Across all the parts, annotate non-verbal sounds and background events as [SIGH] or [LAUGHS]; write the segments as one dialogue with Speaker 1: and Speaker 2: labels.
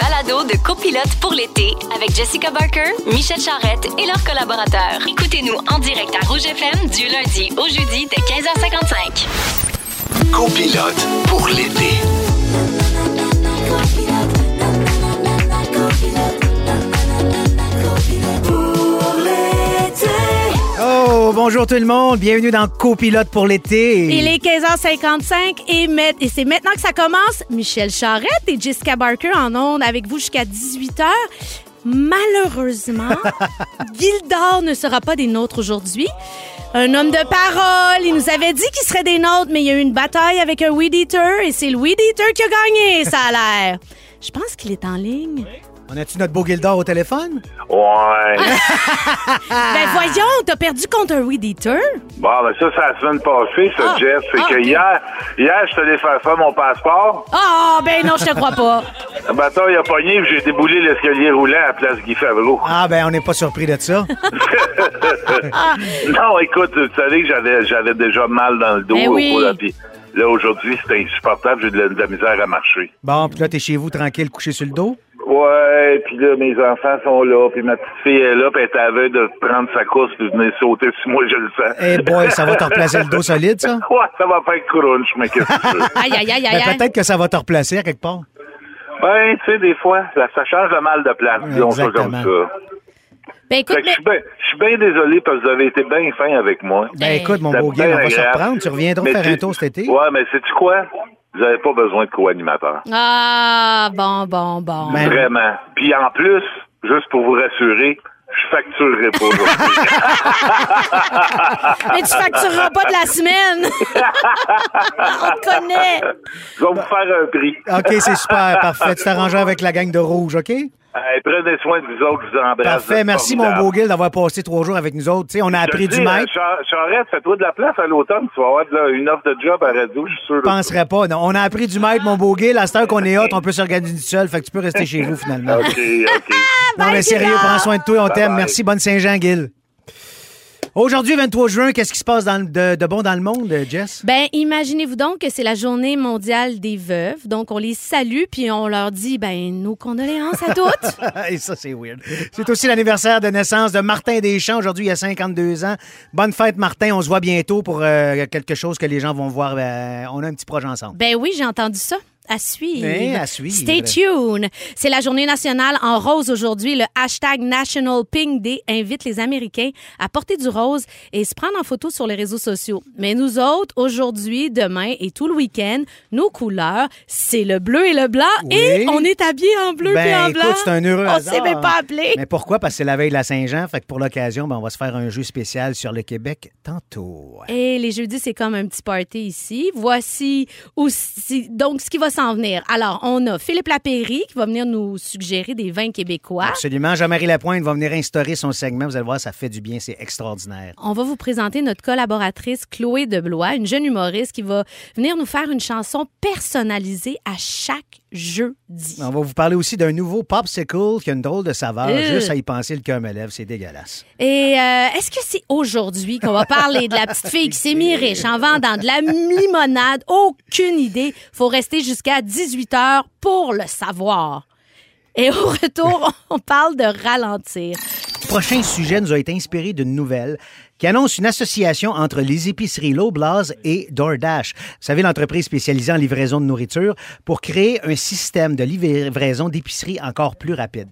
Speaker 1: balado de copilote pour l'été avec Jessica Barker, Michel Charrette et leurs collaborateurs. Écoutez-nous en direct à Rouge FM du lundi au jeudi dès 15h55.
Speaker 2: Copilote pour l'été.
Speaker 3: Oh, bonjour tout le monde. Bienvenue dans Copilote pour l'été.
Speaker 4: Il est 15h55 et, met- et c'est maintenant que ça commence. Michel Charrette et Jessica Barker en ondes avec vous jusqu'à 18h.
Speaker 5: [LAUGHS]
Speaker 4: Malheureusement, Gildor ne sera pas des nôtres aujourd'hui. Un homme de parole, il nous avait dit qu'il serait des nôtres, mais il y a eu une bataille avec un Weed Eater et c'est le Weed Eater qui a gagné, ça a l'air. Je pense qu'il est en ligne.
Speaker 3: On a-tu notre beau Gildor au téléphone?
Speaker 5: Ouais.
Speaker 4: Ah!
Speaker 5: Ah.
Speaker 4: Ben voyons, t'as perdu contre un Weed Eater?
Speaker 5: Bon, ben ça, c'est la semaine passée, ça,
Speaker 4: Ah.
Speaker 5: Jeff. C'est
Speaker 4: Ah,
Speaker 5: que
Speaker 4: ok.
Speaker 5: hier, hier, je suis allé faire faire mon passeport.
Speaker 4: Ah, ben non, je te crois pas.
Speaker 5: Le bâtard, il a pogné, puis j'ai déboulé l'escalier roulant à Place Guy Favreau. [LAUGHS]
Speaker 3: Ah, ben, on n'est pas surpris de
Speaker 4: [LAUGHS]
Speaker 3: ça.
Speaker 5: Non, écoute, tu savais que j'avais, j'avais déjà mal dans le dos.
Speaker 4: Ben
Speaker 5: au
Speaker 4: oui.
Speaker 5: cours de la- puis Là, aujourd'hui, c'était insupportable. J'ai de la, de la misère à marcher.
Speaker 3: Bon, puis là, t'es chez vous, tranquille, couché sur le dos.
Speaker 5: Ouais, puis là, mes enfants sont là, puis ma petite fille est là, puis elle est aveugle de prendre sa course, puis de venir sauter sur moi, je le sens.
Speaker 3: Eh boy, ça va te replacer le dos solide, ça?
Speaker 5: [LAUGHS] Ouais, ça va faire crunch, mais qu'est-ce que tu veux?
Speaker 4: Aïe, aïe, aïe, aïe,
Speaker 3: Ben,
Speaker 4: aïe.
Speaker 3: peut-être que ça va te replacer à quelque part.
Speaker 5: Ben, tu sais, des fois, là, ça change de mal de place, disons ça comme
Speaker 3: Exactement.
Speaker 5: ça.
Speaker 4: Ben écoute,
Speaker 5: Fait que je
Speaker 4: mais-
Speaker 5: suis bien désolé parce que vous avez été bien fin avec moi.
Speaker 3: Ben,
Speaker 4: Ben,
Speaker 3: écoute, mon
Speaker 5: C'était
Speaker 3: beau
Speaker 5: bien
Speaker 3: Gil, on va se
Speaker 5: agréable.
Speaker 3: reprendre. Tu reviendras
Speaker 5: Mais
Speaker 3: faire un
Speaker 5: tu-
Speaker 3: tour cet été.
Speaker 5: Ouais, mais sais-tu quoi? Vous n'avez pas besoin de co-animateur.
Speaker 4: Ah, bon, bon, bon.
Speaker 3: Ben,
Speaker 5: Vraiment. Puis en plus, juste pour vous rassurer, je facturerai pas
Speaker 3: [LAUGHS]
Speaker 5: aujourd'hui.
Speaker 4: Mais tu factureras pas de la semaine. On te connaît.
Speaker 5: Je vais vous faire un prix.
Speaker 3: OK, c'est super, parfait. Tu t'arrangeras avec la gang de rouge, OK?
Speaker 5: [LAUGHS] Hey, prenez soin de vous autres, je vous embrasse.
Speaker 3: Parfait. Merci, mon beau Gil, d'avoir passé trois jours avec nous autres. Tu sais, on a appris du
Speaker 5: hein,
Speaker 3: maître.
Speaker 5: Charrette, fais-toi de la place à l'automne. Tu vas avoir de la- une offre de job à radio, je suis sûr. de
Speaker 3: Je penserais pas. Non, on a appris du maître, mon beau Gil. À cette heure qu'on est hot, on peut s'organiser seul. Fait que tu peux rester chez vous, finalement.
Speaker 5: ça. OK,
Speaker 3: [LAUGHS]
Speaker 5: OK.
Speaker 3: Non, mais sérieux, prends soin de toi, on t'aime.
Speaker 5: bye.
Speaker 3: Merci, bonne Saint-Jean, Gil. Aujourd'hui, 23 juin, qu'est-ce qui se passe dans le- de, de bon dans le monde, euh, Jess?
Speaker 4: Ben, imaginez-vous donc que c'est la journée mondiale des veuves. Donc, on les salue puis on leur dit, ben, nos condoléances à toutes.
Speaker 3: [LAUGHS] Et ça, c'est weird. C'est aussi l'anniversaire de naissance de Martin Deschamps. Aujourd'hui, il y a 52 ans. Bonne fête, Martin. On se voit bientôt pour euh, quelque chose que les gens vont voir. Euh, on a un petit projet ensemble.
Speaker 4: ben oui, j'ai entendu ça. À suivre.
Speaker 3: Eh, à suivre.
Speaker 4: Stay tuned. C'est la journée nationale en rose aujourd'hui. Le hashtag National Pink Day invite les Américains à porter du rose et se prendre en photo sur les réseaux sociaux. Mais nous autres, aujourd'hui, demain et tout le week-end, nos couleurs, c'est le bleu et le blanc
Speaker 3: Oui.
Speaker 4: et on est habillé en bleu et en
Speaker 3: Ben,
Speaker 4: blanc.
Speaker 3: écoute, c'est un heureux
Speaker 4: On
Speaker 3: hasard.
Speaker 4: s'est même pas appelé.
Speaker 3: Mais pourquoi? Parce que c'est la veille de la Saint-Jean. Fait que pour l'occasion, ben, on va se faire un jeu spécial sur le Québec tantôt.
Speaker 4: Et les jeudis, c'est comme un petit party ici. Voici aussi, donc ce qui va s'en venir. Alors, on a Philippe Lapéry qui va venir nous suggérer des vins québécois.
Speaker 3: Absolument. Jean-Marie Lapointe va venir instaurer son segment. Vous allez voir, ça fait du bien. C'est extraordinaire.
Speaker 4: On va vous présenter notre collaboratrice Chloé Deblois, une jeune humoriste qui va venir nous faire une chanson personnalisée à chaque jeudi.
Speaker 3: On va vous parler aussi d'un nouveau popsicle qui a une drôle de saveur.
Speaker 4: Euh.
Speaker 3: Juste à y penser, le cœur me lève. C'est dégueulasse.
Speaker 4: Et euh, est-ce que c'est aujourd'hui qu'on va parler de la petite fille qui s'est mis riche en vendant de la limonade? Aucune idée. Faut rester jusqu'à 18 heures pour le savoir. Et au retour, on parle de ralentir.
Speaker 3: Le prochain sujet nous a été inspiré d'une nouvelle qui annonce une association entre les épiceries Loblaws et DoorDash. Vous savez, l'entreprise spécialisée en livraison de nourriture pour créer un système de livraison d'épicerie encore plus rapide.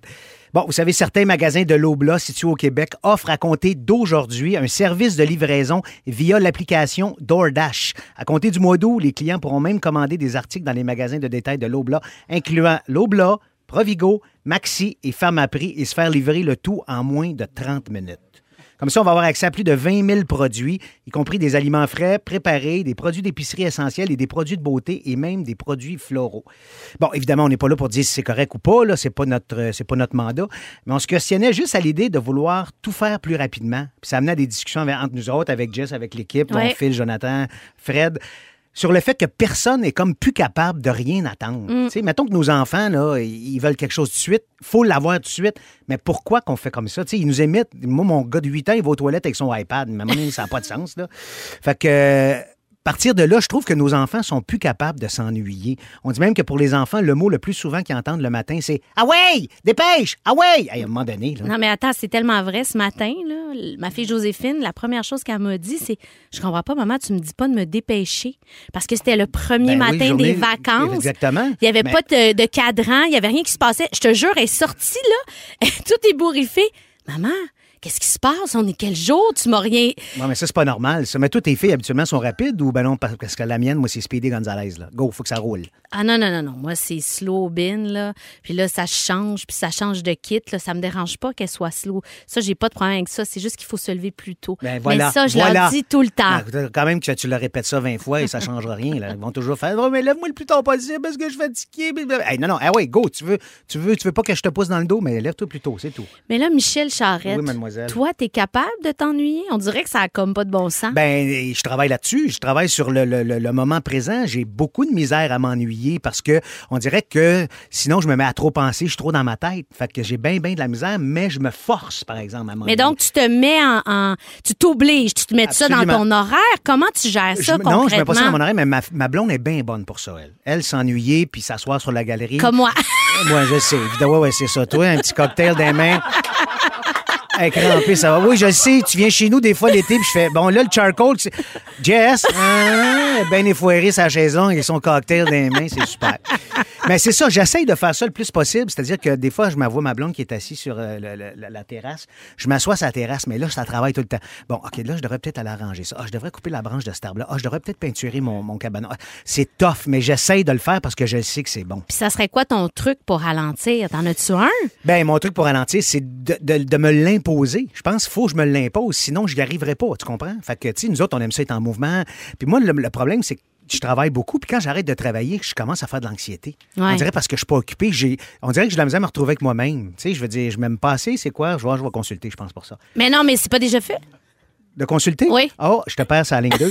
Speaker 3: Bon, vous savez, certains magasins de l'Obla situés au Québec offrent à compter d'aujourd'hui un service de livraison via l'application DoorDash. À compter du mois d'août, les clients pourront même commander des articles dans les magasins de détail de l'Obla, incluant l'Obla, Provigo, Maxi et Femme à prix et se faire livrer le tout en moins de 30 minutes. Comme ça, on va avoir accès à plus de 20 000 produits, y compris des aliments frais, préparés, des produits d'épicerie essentiels et des produits de beauté et même des produits floraux. Bon, évidemment, on n'est pas là pour dire si c'est correct ou pas, là, c'est pas notre, euh, c'est pas notre mandat, mais on se questionnait juste à l'idée de vouloir tout faire plus rapidement. Puis ça amenait à des discussions avec- entre nous autres, avec Jess, avec l'équipe, dont
Speaker 4: Ouais.
Speaker 3: Phil, Jonathan, Fred, sur le fait que personne n'est comme plus capable de rien attendre. Tu sais, mettons que nos enfants, là, ils ils veulent quelque chose tout de suite, faut l'avoir tout de suite, mais pourquoi qu'on fait comme ça? Tu sais, ils nous émettent. Moi, mon gars de 8 ans, il va aux toilettes avec son iPad. Mais à un moment donné, ça n'a pas de sens. Là. Fait que... euh, partir de là, je trouve que nos enfants sont plus capables de s'ennuyer. On dit même que pour les enfants, le mot le plus souvent qu'ils entendent le matin, c'est Ah ouais, dépêche, ah ouais. Hey, à un moment donné, là,
Speaker 4: Non, mais attends, c'est tellement vrai. Ce matin, là, l- ma fille Joséphine, la première chose qu'elle m'a dit, c'est Je comprends pas, maman, tu me dis pas de me dépêcher. Parce que c'était le premier
Speaker 3: Ben oui,
Speaker 4: matin
Speaker 3: journée-
Speaker 4: des vacances.
Speaker 3: Exactement.
Speaker 4: Il n'y avait
Speaker 3: Mais-
Speaker 4: pas de, de cadran, il n'y avait rien qui se passait. Je te jure, elle est sortie, là, [LAUGHS] tout ébouriffé. Maman, qu'est-ce qui se passe? On est quel jour? Tu m'as rien.
Speaker 3: Non, mais ça, c'est pas normal. Ça. Mais toutes tes filles, habituellement, sont rapides ou ben non, parce parce que la mienne, moi, c'est Speedy Gonzalez. Là. Go, faut que ça roule.
Speaker 4: Ah non, non, non, non. Moi, c'est slow bin, là. Puis là, ça change, puis ça change de kit, là. Ça me dérange pas qu'elle soit slow. Ça, j'ai pas de problème avec ça. C'est juste qu'il faut se lever plus tôt.
Speaker 3: Ben voilà.
Speaker 4: Mais ça, je
Speaker 3: voilà.
Speaker 4: leur dis tout le temps.
Speaker 3: Ben, quand même que tu le répètes ça 20 fois et ça ne changera rien. là. Ils vont toujours faire Oh, mais lève-moi le plus tôt possible parce que je suis fatigué. Hey, non, non, ah ouais, go, tu veux, tu veux, tu veux pas que je te pousse dans le dos, mais lève-toi plus tôt, c'est tout.
Speaker 4: Mais là, Michel Charrette,
Speaker 3: Oui, mademoiselle.
Speaker 4: toi, t'es capable de t'ennuyer? On dirait que ça a comme pas de bon sens.
Speaker 3: Ben, et je travaille là-dessus. Je travaille sur le, le- le- le moment présent. J'ai beaucoup de misère à m'ennuyer parce que on dirait que sinon je me mets à trop penser, je suis trop dans ma tête. Fait que j'ai bien, bien de la misère, mais je me force, par exemple, à m'ennuyer.
Speaker 4: mais donc, tu te mets en... en- tu t'obliges, tu te mets ça dans
Speaker 3: Absolument.
Speaker 4: ton horaire. Comment tu gères
Speaker 3: Je
Speaker 4: ça
Speaker 3: me-
Speaker 4: concrètement?
Speaker 3: non, je mets pas ça dans mon oreille, mais ma, ma blonde est bien bonne pour ça, elle. Elle s'ennuyer puis s'asseoir sur la galerie.
Speaker 4: Comme moi. [LAUGHS]
Speaker 3: Moi, je sais. Évidemment, ouais, ouais, c'est ça. Toi, un petit cocktail des mains. Hey, crampé, ça va. Oui, je le sais. Tu viens chez nous des fois l'été, puis je fais bon, là, le charcoal, tu- Jess, hein, ben effoiré sa chaison et son cocktail des mains, c'est super. Mais c'est ça, j'essaye de faire ça le plus possible. C'est-à-dire que des fois, je m'avoue ma blonde qui est assise sur euh, le- le- la, la terrasse. Je m'assois sur la terrasse, mais là, ça travaille tout le temps. Bon, OK, là, je devrais peut-être aller arranger ça. Ah, je devrais couper la branche de cet arbre-là. Ah, je devrais peut-être peinturer mon, mon cabanon. Ah, C'est tough, mais j'essaye de le faire parce que je le sais que c'est bon.
Speaker 4: Puis ça serait quoi ton truc pour ralentir? T'en as-tu un?
Speaker 3: Ben, mon truc pour ralentir, c'est de, de- de me l'imposer. Je pense qu'il faut que je me l'impose, sinon je n'y arriverai pas, tu comprends? Fait que, tu sais, nous autres, on aime ça être en mouvement. Puis moi, le, le problème, c'est que je travaille beaucoup, puis quand j'arrête de travailler, je commence à faire de l'anxiété.
Speaker 4: Ouais.
Speaker 3: On dirait parce que je suis pas occupé, j'ai, on dirait que j'ai de la misère à me retrouver avec moi-même. Tu sais, je veux dire, je m'aime pas assez, c'est quoi? Je vois, je vais consulter, je pense, pour ça.
Speaker 4: Mais non, mais c'est pas déjà fait.
Speaker 3: De consulter?
Speaker 4: Oui.
Speaker 3: Oh, je te perds sur la
Speaker 4: [LAUGHS]
Speaker 3: ligne 2.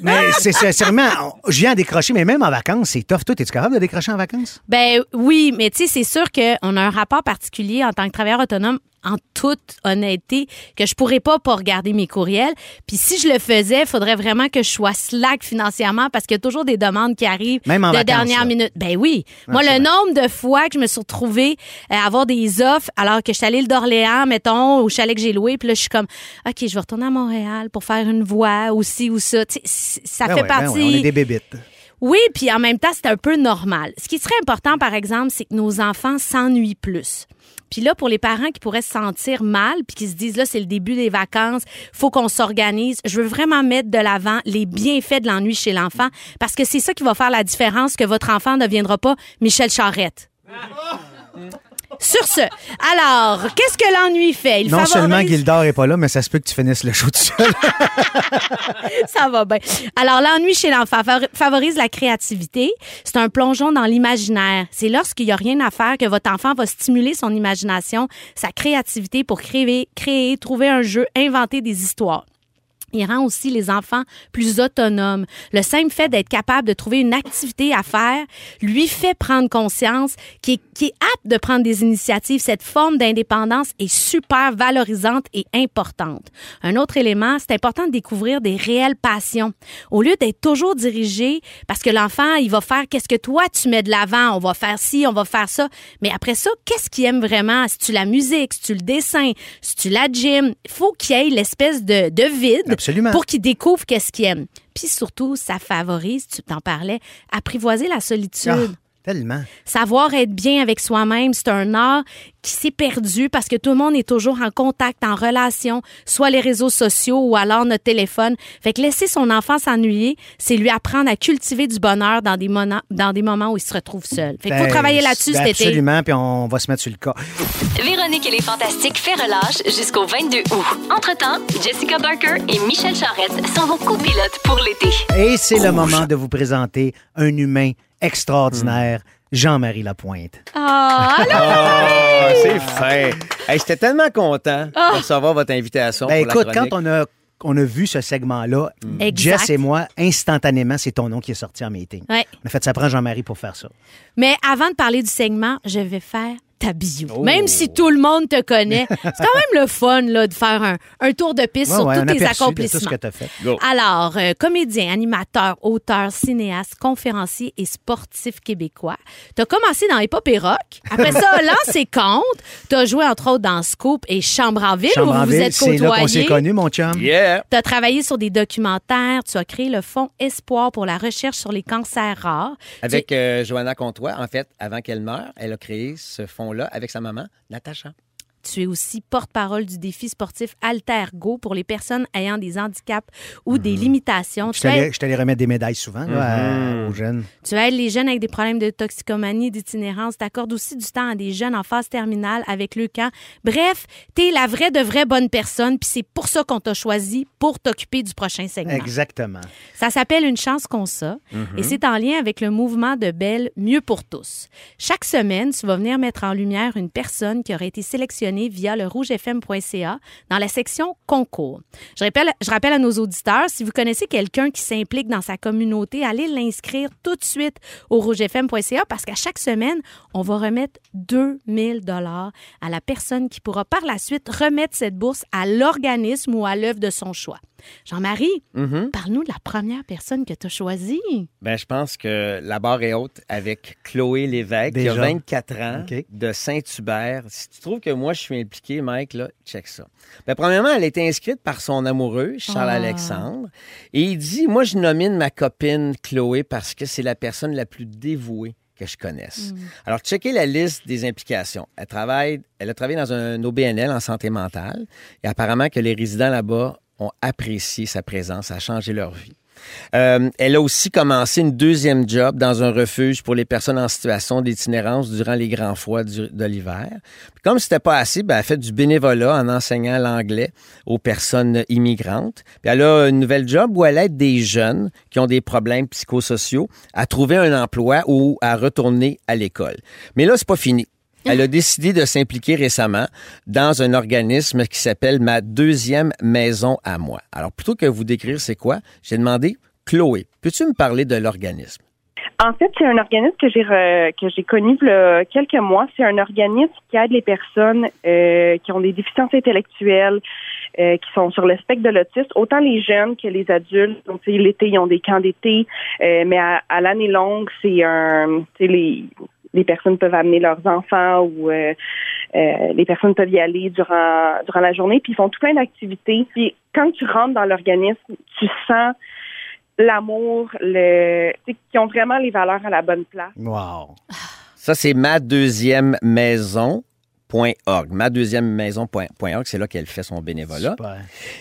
Speaker 3: mais c'est, c'est, sérieusement, on- je viens à décrocher, mais même en vacances, c'est tough. Toi, es-tu capable de décrocher en vacances?
Speaker 4: Ben oui, mais tu sais, c'est sûr qu'on a un rapport particulier en tant que travailleur autonome, en toute honnêteté, que je pourrais pas pas regarder mes courriels. Puis si je le faisais, il faudrait vraiment que je sois slack financièrement parce qu'il y a toujours des demandes qui arrivent
Speaker 3: Même en
Speaker 4: de
Speaker 3: vacances,
Speaker 4: dernière
Speaker 3: là.
Speaker 4: minute. Ben oui. Moi,
Speaker 3: c'est
Speaker 4: le nombre de fois que je me suis retrouvée euh, à avoir des offres alors que je suis à l'île d'Orléans, mettons, au chalet que j'ai loué, puis là, je suis comme, OK, je vais retourner à Montréal pour faire une voix ou ci ou ça. Tu sais, c- ça
Speaker 3: Ben
Speaker 4: fait
Speaker 3: ouais, ben ouais,
Speaker 4: partie...
Speaker 3: on est des bébites.
Speaker 4: Oui, puis en même temps, c'est un peu normal. Ce qui serait important, par exemple, c'est que nos enfants s'ennuient plus. Puis là, pour les parents qui pourraient se sentir mal, puis qui se disent, là, c'est le début des vacances, faut qu'on s'organise, je veux vraiment mettre de l'avant les bienfaits de l'ennui chez l'enfant, parce que c'est ça qui va faire la différence que votre enfant ne deviendra pas Michel Charrette. Sur ce, alors, qu'est-ce que l'ennui fait? Il
Speaker 3: Non
Speaker 4: favorise-
Speaker 3: seulement Gildor est pas là, mais ça se peut que tu finisses le show tout seul.
Speaker 4: [LAUGHS] Ça va bien. Alors, l'ennui chez l'enfant favori- favorise la créativité. C'est un plongeon dans l'imaginaire. C'est lorsqu'il n'y a rien à faire que votre enfant va stimuler son imagination, sa créativité pour créer, créer, trouver un jeu, inventer des histoires. Il rend aussi les enfants plus autonomes. Le simple fait d'être capable de trouver une activité à faire lui fait prendre conscience qui est, qu'il est apte de prendre des initiatives. Cette forme d'indépendance est super valorisante et importante. Un autre élément, c'est important de découvrir des réelles passions. Au lieu d'être toujours dirigé, parce que l'enfant, il va faire qu'est-ce que toi tu mets de l'avant, on va faire ci, on va faire ça. Mais après ça, qu'est-ce qu'il aime vraiment? Si tu la musique, si tu le dessin, si tu la gym, faut qu'il y ait l'espèce de, de vide
Speaker 3: Absolument.
Speaker 4: pour qu'il découvre qu'est-ce qu'il aime. Puis surtout, ça favorise, tu t'en parlais, apprivoiser la solitude.
Speaker 3: Ah, tellement.
Speaker 4: Savoir être bien avec soi-même, c'est un art qui s'est perdu parce que tout le monde est toujours en contact, en relation, soit les réseaux sociaux ou alors notre téléphone. Fait que laisser son enfant s'ennuyer, c'est lui apprendre à cultiver du bonheur dans des, mona- dans des moments où il se retrouve seul. Fait qu'il faut
Speaker 3: Ben,
Speaker 4: travailler là-dessus
Speaker 3: ben
Speaker 4: cet été.
Speaker 3: Absolument, puis on va se mettre sur le cas.
Speaker 1: Véronique et les Fantastiques fait relâche jusqu'au 22 août. Entre-temps, Jessica Barker et Michel Charrette sont vos copilotes pour l'été.
Speaker 3: Et c'est le moment de vous présenter un humain extraordinaire,
Speaker 6: Hmm.
Speaker 3: Jean-Marie Lapointe.
Speaker 6: Oh,
Speaker 4: Ah, allô?
Speaker 6: Ah, c'est fin. Hey, J'étais tellement content de recevoir votre invitation. pour
Speaker 3: Ben
Speaker 6: la
Speaker 3: écoute, quand
Speaker 6: chronique.
Speaker 3: on a, on a vu ce segment-là,
Speaker 4: Hmm. Exact.
Speaker 3: Jess et moi, instantanément, c'est ton nom qui est sorti en meeting.
Speaker 4: Ouais.
Speaker 3: En fait, ça prend Jean-Marie pour faire ça.
Speaker 4: Mais avant de parler du segment, je vais faire ta bio.
Speaker 3: Oh.
Speaker 4: Même si tout le monde te
Speaker 3: [LAUGHS]
Speaker 4: connaît, c'est quand même le fun là, de faire un, un tour de piste
Speaker 3: Ouais,
Speaker 4: sur
Speaker 3: ouais, un
Speaker 4: tous tes
Speaker 3: aperçu de
Speaker 4: accomplissements.
Speaker 3: tout ce que t'as fait.
Speaker 6: Go.
Speaker 4: Alors, euh, comédien, animateur, auteur, cinéaste, conférencier et sportif québécois. T'as commencé dans hip-hop et rock. Après ça,
Speaker 3: [LAUGHS]
Speaker 4: lancé compte. T'as joué entre autres dans Scoop et Chambre en ville où vous vous
Speaker 3: Chambranville,
Speaker 4: êtes
Speaker 3: c'est là qu'on s'est
Speaker 4: côtoyés.
Speaker 3: connus, mon chum.
Speaker 6: Yeah.
Speaker 4: Tu as travaillé sur des documentaires, tu as créé le Fonds Espoir pour la recherche sur les cancers rares.
Speaker 6: Avec euh, Johanna Comtois, en fait, avant qu'elle meure, elle a créé ce fonds-là avec sa maman, Natacha.
Speaker 4: Tu es aussi porte-parole du défi sportif AlterGo pour les personnes ayant des handicaps ou des limitations.
Speaker 3: Je
Speaker 4: Tu
Speaker 3: t'allais
Speaker 4: aides,
Speaker 3: je t'allais remettre des médailles souvent là,
Speaker 6: Hmm.
Speaker 3: à- aux jeunes.
Speaker 4: tu aides les jeunes avec des problèmes de toxicomanie, d'itinérance. Tu accordes aussi du temps à des jeunes en phase terminale avec le camp. Bref, tu es la vraie de vraie bonne personne, puis c'est pour ça qu'on t'a choisi pour t'occuper du prochain segment.
Speaker 3: Exactement.
Speaker 4: Ça s'appelle Une chance qu'on ça et c'est en lien avec le mouvement de Belle Mieux pour tous. Chaque semaine, tu vas venir mettre en lumière une personne qui aurait été sélectionnée via le rougefm.ca dans la section concours. Je rappelle, je rappelle à nos auditeurs, si vous connaissez quelqu'un qui s'implique dans sa communauté, allez l'inscrire tout de suite au rougefm.ca parce qu'à chaque semaine, on va remettre 2000 dollars à la personne qui pourra par la suite remettre cette bourse à l'organisme ou à l'œuvre de son choix. Jean-Marie,
Speaker 3: Mm-hmm.
Speaker 4: Parle-nous de la première personne que tu as choisie.
Speaker 6: Ben, je pense que la barre est haute avec Chloé Lévesque, qui a
Speaker 3: Déjà.
Speaker 6: 24 ans,
Speaker 3: OK.
Speaker 6: de Saint-Hubert. Si tu trouves que moi, je suis impliqué, Mike, là, check ça. Ben, premièrement, elle a été inscrite par son amoureux, Charles-Alexandre. Et il dit, moi, je nomine ma copine Chloé parce que c'est la personne la plus dévouée que je connaisse. Alors, checker la liste des implications. Elle travaille, elle a travaillé dans un OBNL en santé mentale et apparemment que les résidents là-bas ont apprécié sa présence, a changé leur vie. Euh, elle a aussi commencé une deuxième job dans un refuge pour les personnes en situation d'itinérance durant les grands froids du- de l'hiver. Puis Comme c'était pas assez, ben, elle fait du bénévolat en enseignant l'anglais aux personnes immigrantes. Puis elle a une nouvelle job où elle aide des jeunes qui ont des problèmes psychosociaux à trouver un emploi ou à retourner à l'école. Mais là, c'est pas fini. Elle a décidé de s'impliquer récemment dans un organisme qui s'appelle Ma deuxième maison à moi. Alors, plutôt que vous décrire c'est quoi, j'ai demandé, Chloé, peux-tu me parler de l'organisme?
Speaker 7: En fait, c'est un organisme que j'ai re- que j'ai connu il y a quelques mois. C'est un organisme qui aide les personnes euh, qui ont des déficiences intellectuelles, euh, qui sont sur le spectre de l'autisme, autant les jeunes que les adultes. Donc, tu sais, l'été, ils ont des camps d'été, euh, mais à, à l'année longue, c'est un, tu sais, les les personnes peuvent amener leurs enfants ou euh, euh, les personnes peuvent y aller durant durant la journée. Puis ils font tout plein d'activités. Puis quand tu rentres dans l'organisme, tu sens l'amour, le, tu sais, qui ont vraiment les valeurs à la bonne place.
Speaker 3: Wow.
Speaker 6: Ça, c'est ma deuxième maison.org. Ma deuxième maison.org, c'est là qu'elle fait son bénévolat.
Speaker 3: Super.